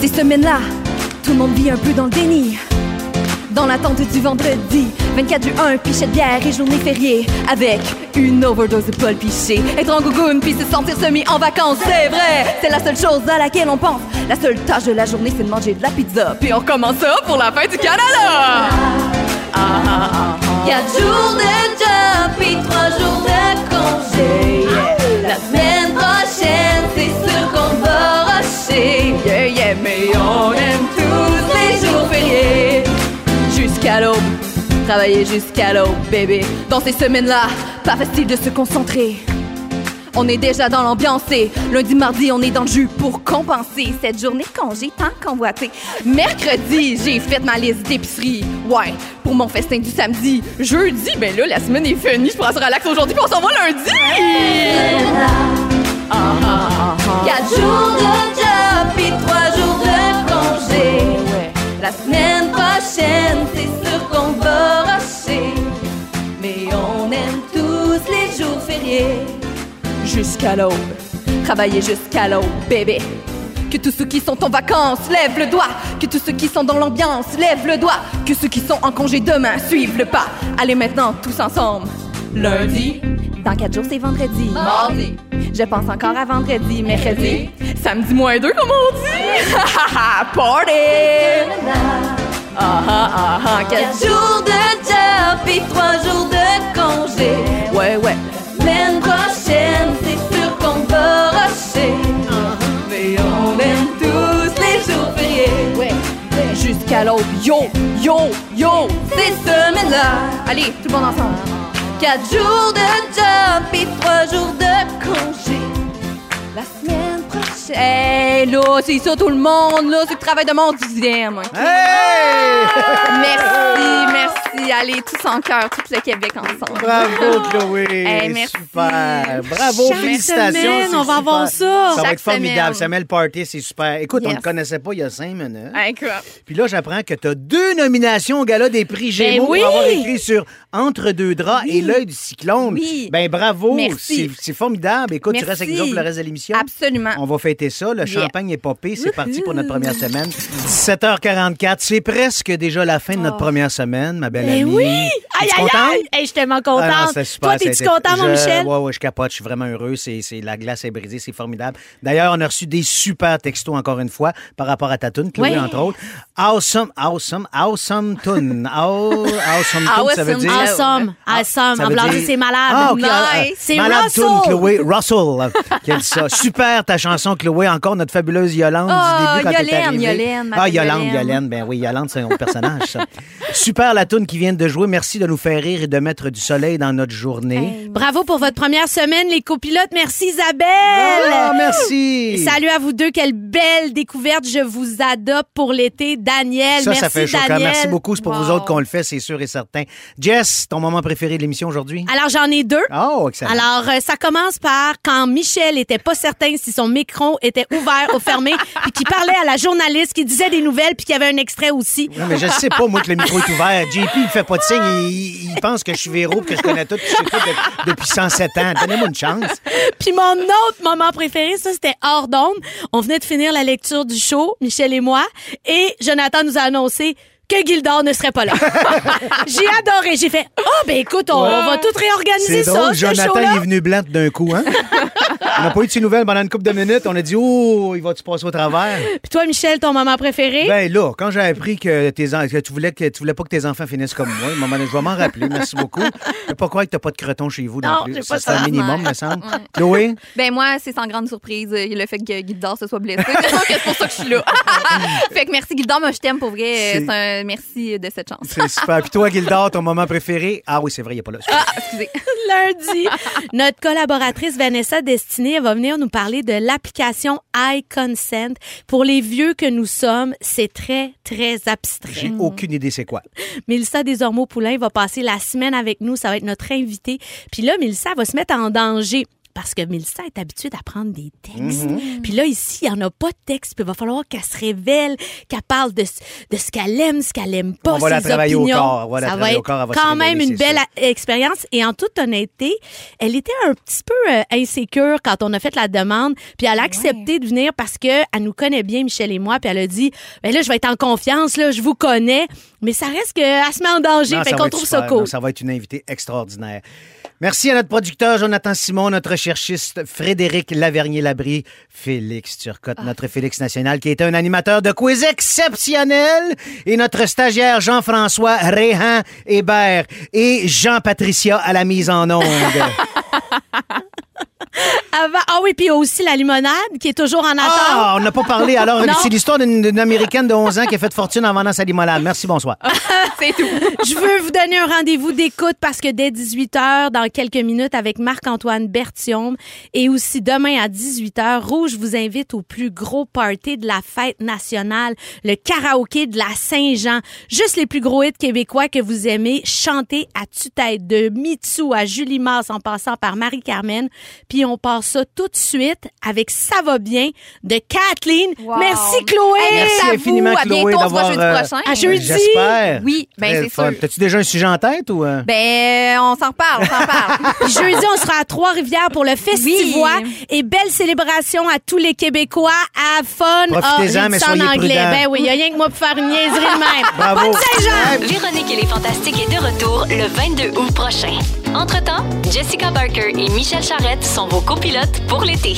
Speaker 8: Ces semaines-là, tout le monde vit un peu dans le déni. Dans l'attente du vendredi, 24 du 1, pichet de bière et journée fériée. Avec une overdose de Paul Piché. Être en gougoune puis se sentir semi en vacances, c'est vrai! C'est la seule chose à laquelle on pense. La seule tâche de la journée, c'est de manger de la pizza. Puis on recommence ça pour la fin du Canada! Ah, Quatre jours de job puis trois jours de congé. yeah. La semaine prochaine, c'est sûr qu'on va rusher. Yeah, yeah, mais on aime tous les jours fériés. Jusqu'à l'aube, travailler jusqu'à l'aube, bébé. Dans ces semaines-là, pas facile de se concentrer. On est déjà dans l'ambiance et lundi, mardi, on est dans le jus pour compenser cette journée de congé tant convoitée. Mercredi, j'ai fait ma liste d'épicerie. Ouais, pour mon festin du samedi. Jeudi, ben là, la semaine est finie. Je prends ce relax aujourd'hui puis on s'en va lundi. Ah, ah, ah, ah. Quatre jours de job puis trois jours de congé. La semaine prochaine, c'est sûr qu'on va rusher. Mais on aime tous les jours fériés jusqu'à l'aube. Travailler jusqu'à l'aube, bébé. Que tous ceux qui sont en vacances lèvent le doigt. Que tous ceux qui sont dans l'ambiance lèvent le doigt. Que ceux qui sont en congé demain suivent le pas. Allez maintenant, tous ensemble. Lundi. Dans quatre jours, c'est vendredi. Mardi. Je pense encore à vendredi. Mercredi. Samedi moins deux, comme on dit. [LAUGHS] Party! Ah ah ah ah. Quatre jours de job et trois jours de congé. Ouais, ouais. Semaine prochaine, c'est sûr qu'on va rusher. Mais on aime tous les jours fériés. Ouais. Jusqu'à l'aube. Yo, yo, yo. Ces semaines-là. Allez, tout le monde ensemble. Quatre jours de job et trois jours de congé. La semaine prochaine. Hey, là, c'est ça tout le monde, là. C'est le travail de mon dixième, OK? Merci, merci. Allez, tous en cœur, tout le Québec ensemble.
Speaker 3: Bravo, Chloé.
Speaker 8: Hey, merci.
Speaker 3: Super. Bravo,
Speaker 8: Chaque
Speaker 3: félicitations.
Speaker 8: semaine,
Speaker 3: c'est
Speaker 8: on va
Speaker 3: super.
Speaker 8: avoir ça.
Speaker 3: Ça va
Speaker 8: Chaque
Speaker 3: être formidable.
Speaker 8: semaine.
Speaker 3: Ça met le party, c'est super. Écoute, on ne
Speaker 8: Yes.
Speaker 3: te connaissait pas il y a cinq minutes.
Speaker 8: Incroyable.
Speaker 3: Puis là, j'apprends que tu as deux nominations au gala des prix Gémeaux
Speaker 8: Ben oui!
Speaker 3: pour avoir écrit sur Entre deux draps et l'œil du cyclone.
Speaker 8: Oui.
Speaker 3: Ben bravo,
Speaker 8: Merci.
Speaker 3: C'est- c'est formidable. Écoute, tu
Speaker 8: Merci.
Speaker 3: restes avec nous autres pour le reste de l'émission.
Speaker 8: Absolument.
Speaker 3: On va fêter ça.
Speaker 8: Yeah.
Speaker 3: Le champagne est popé. C'est parti pour notre première semaine. 17h44, c'est presque déjà la fin de
Speaker 8: Oh.
Speaker 3: notre première semaine, ma belle
Speaker 8: Ben
Speaker 4: Eh
Speaker 3: amie.
Speaker 4: oui!
Speaker 3: Es-tu
Speaker 4: Aïe, aïe,
Speaker 3: contente?
Speaker 4: aïe! Hey, je suis tellement contente.
Speaker 3: Ah non, c'était
Speaker 4: Toi,
Speaker 3: super, ça a
Speaker 4: t'es-tu
Speaker 3: été-
Speaker 4: content, mon
Speaker 3: je-
Speaker 4: Michel?
Speaker 3: Ouais, ouais, je capote. Je suis vraiment heureux. C'est, c'est- la glace est brisée. C'est formidable. D'ailleurs, on a reçu des super textos, encore une fois, par rapport à ta toune, Chloé,
Speaker 4: Ouais.
Speaker 3: entre autres. Awesome, awesome, awesome toune. Aw- awesome
Speaker 4: [LAUGHS]
Speaker 3: toune, ça veut dire...
Speaker 4: Ah Awesome. Awesome.
Speaker 3: Ça
Speaker 4: Ah, En
Speaker 3: veut
Speaker 4: blasé,
Speaker 3: dire-
Speaker 4: c'est malade.
Speaker 3: Ah, ok. Ah,
Speaker 4: Nice.
Speaker 3: ah,
Speaker 4: C'est
Speaker 3: malade
Speaker 4: Russell.
Speaker 3: toune, Chloé. Russell. euh,
Speaker 4: [LAUGHS]
Speaker 3: Quelle ça. Super ta chanson, Chloé. Encore notre fabuleuse Yolande
Speaker 8: Ah,
Speaker 3: du début quand t'es
Speaker 8: Yolande,
Speaker 3: arrivée.
Speaker 8: Yolande, ma
Speaker 3: Ah,
Speaker 8: belle
Speaker 3: Yolande,
Speaker 8: Yolande.
Speaker 3: Yolande. Ben oui, Yolande, c'est mon personnage, ça. Super la toune qui vient de jouer. Merci de nous faire rire et de mettre du soleil dans notre journée.
Speaker 4: Bravo pour votre première semaine, les copilotes. Merci, Isabelle.
Speaker 3: Ah, merci.
Speaker 4: Salut à vous deux. Quelle belle découverte. Je vous adopte pour l'été. Daniel,
Speaker 3: Ça,
Speaker 4: merci,
Speaker 3: ça fait choquant.
Speaker 4: Daniel.
Speaker 3: Merci beaucoup. C'est pour vous autres qu'on le fait, c'est sûr et certain. Jess, ton moment préféré de l'émission aujourd'hui?
Speaker 4: Alors, j'en ai deux.
Speaker 3: Oh, excellent.
Speaker 4: Alors, euh, ça commence par quand Michel était pas certain si son micro était ouvert ou fermé, [LAUGHS] puis qui parlait à la journaliste, qui disait des nouvelles, puis qu'il y avait un extrait aussi.
Speaker 3: Non, mais je sais pas, moi, que le micro est ouvert. JP, il fait pas de signe. Il, il pense que je suis Véro, puis que je connais tout, puis je sais tout de- depuis 107 ans. Donnez-moi une chance.
Speaker 4: [LAUGHS] Puis mon autre moment préféré, ça, c'était hors d'onde. On venait de finir la lecture du show, Michel et moi, et Jonathan nous a annoncé que Gildor ne serait pas là. [LAUGHS] j'ai adoré. J'ai fait, oh, ben écoute, on,
Speaker 3: Ouais.
Speaker 4: on va tout réorganiser
Speaker 3: C'est
Speaker 4: ça,
Speaker 3: drôle,
Speaker 4: ce
Speaker 3: Jonathan,
Speaker 4: show-là.
Speaker 3: il est venu blanc d'un coup, hein? On n'a pas eu de ses nouvelles pendant une couple de minutes. On a dit, oh, il va-tu passer au travers?
Speaker 4: Puis toi, Michel, ton moment préféré?
Speaker 3: Ben là, quand j'ai appris que, tes en- que tu voulais que tu voulais pas que tes enfants finissent comme moi, à un moment donné, je vais m'en rappeler. Merci beaucoup. Je peux pas croire que t'as pas de creton chez vous non,
Speaker 11: Non,
Speaker 3: plus.
Speaker 11: j'ai
Speaker 3: Ça,
Speaker 11: pas
Speaker 3: c'est un
Speaker 11: ça.
Speaker 3: minimum, me semble. Chloé,
Speaker 11: Ben moi, c'est sans grande surprise euh, le fait que Gildor se soit blessé. C'est sûr que c'est pour ça que je suis là. [LAUGHS] fait que merci Gildor, moi je t'aime pour vrai.
Speaker 3: C'est-
Speaker 11: C'est un merci de cette chance.
Speaker 3: c'est super. Puis toi, Gildor, ton moment préféré? Ah oui, c'est vrai, il est pas là.
Speaker 4: [LAUGHS] Lundi, notre collaboratrice Vanessa Destinée va venir nous parler de l'application iConsent. Pour les vieux que nous sommes, c'est très, très abstrait.
Speaker 3: J'ai aucune idée c'est quoi.
Speaker 4: Mélissa Desormeaux-Poulain va passer la semaine avec nous. Ça va être notre invitée. Puis là, Mélissa elle va se mettre en danger. parce que Mélissa est habituée d'apprendre des textes.
Speaker 3: Mm-hmm.
Speaker 13: Mhm.
Speaker 4: Puis là, ici, il n'y en a pas de texte. Puis il va falloir qu'elle se révèle, qu'elle parle de, ce- de ce qu'elle aime, ce qu'elle aime pas,
Speaker 3: On va la
Speaker 4: ses
Speaker 3: travailler au
Speaker 4: opinions.
Speaker 3: corps, on va la
Speaker 4: Ça va
Speaker 3: travailler au
Speaker 4: être
Speaker 3: corps, elle va se
Speaker 4: quand même
Speaker 3: révéler,
Speaker 4: une
Speaker 3: c'est
Speaker 4: belle a- expérience. Et en toute honnêteté, elle était un petit peu euh, insécure quand on a fait la demande. Puis elle a accepté de venir parce qu'elle nous connaît bien, Michel et moi. Puis elle a dit, ben là, je vais être en confiance, là, je vous connais. Mais ça reste qu'elle se met en danger.
Speaker 3: Non,
Speaker 4: fait
Speaker 3: ça
Speaker 4: qu'on
Speaker 3: va être
Speaker 4: trouve ça
Speaker 3: super.
Speaker 4: cool.
Speaker 3: Non, ça va être une invitée extraordinaire. Merci à notre producteur Jonathan Simon, notre recherchiste Frédéric Lavernier-Labrie, Félix Turcotte, notre
Speaker 4: Ah.
Speaker 3: Félix National, qui était un animateur de quiz exceptionnel, et notre stagiaire Jean-François Réhan Hébert et Jean-Patricia à la mise
Speaker 4: [LAUGHS]
Speaker 3: en onde.
Speaker 4: Avant- ah oui, puis il y a aussi la limonade qui est toujours en attente.
Speaker 3: ah, on n'a pas parlé. Alors,
Speaker 4: Non.
Speaker 3: c'est l'histoire d'une d'une Américaine de 11 ans qui a fait fortune en vendant sa limonade. Merci, bonsoir.
Speaker 4: Ah, C'est tout. Je veux vous donner un rendez-vous d'écoute parce que dès 18h, dans quelques minutes, avec Marc-Antoine Bertium et aussi demain à 18h, Rouge vous invite au plus gros party de la fête nationale, le karaoké de la Saint-Jean. Juste les plus gros hits québécois que vous aimez, chanter à tue-tête de Mitsou à Julie Mars en passant par Marie-Carmen. Puis on part ça tout de suite avec Ça va bien de Kathleen. Merci Chloé.
Speaker 3: Merci infiniment, Chloé, d'avoir. euh,
Speaker 4: À jeudi.
Speaker 3: J'espère.
Speaker 4: ben,
Speaker 3: Très
Speaker 11: c'est
Speaker 3: fun.
Speaker 11: sûr.
Speaker 3: T'as-tu déjà un sujet en tête ou. euh?
Speaker 11: Ben, on s'en reparle, on s'en reparle.
Speaker 4: Puis Jeudi, on sera à Trois-Rivières pour le Festivois. Et belle célébration à tous les Québécois. Have fun.
Speaker 1: Profitez-en,
Speaker 4: Ah,
Speaker 1: mais
Speaker 4: ça en
Speaker 1: soyez
Speaker 4: anglais.
Speaker 1: prudents.
Speaker 4: Ben oui, il a rien que moi pour faire une niaiserie de même.
Speaker 1: Bravo.
Speaker 4: Bonne Saint-Jean.
Speaker 1: Véronique et les Fantastiques est de retour le 22 août prochain. Entre-temps, Jessica Barker et Michel Charrette sont vos copilotes pour l'été.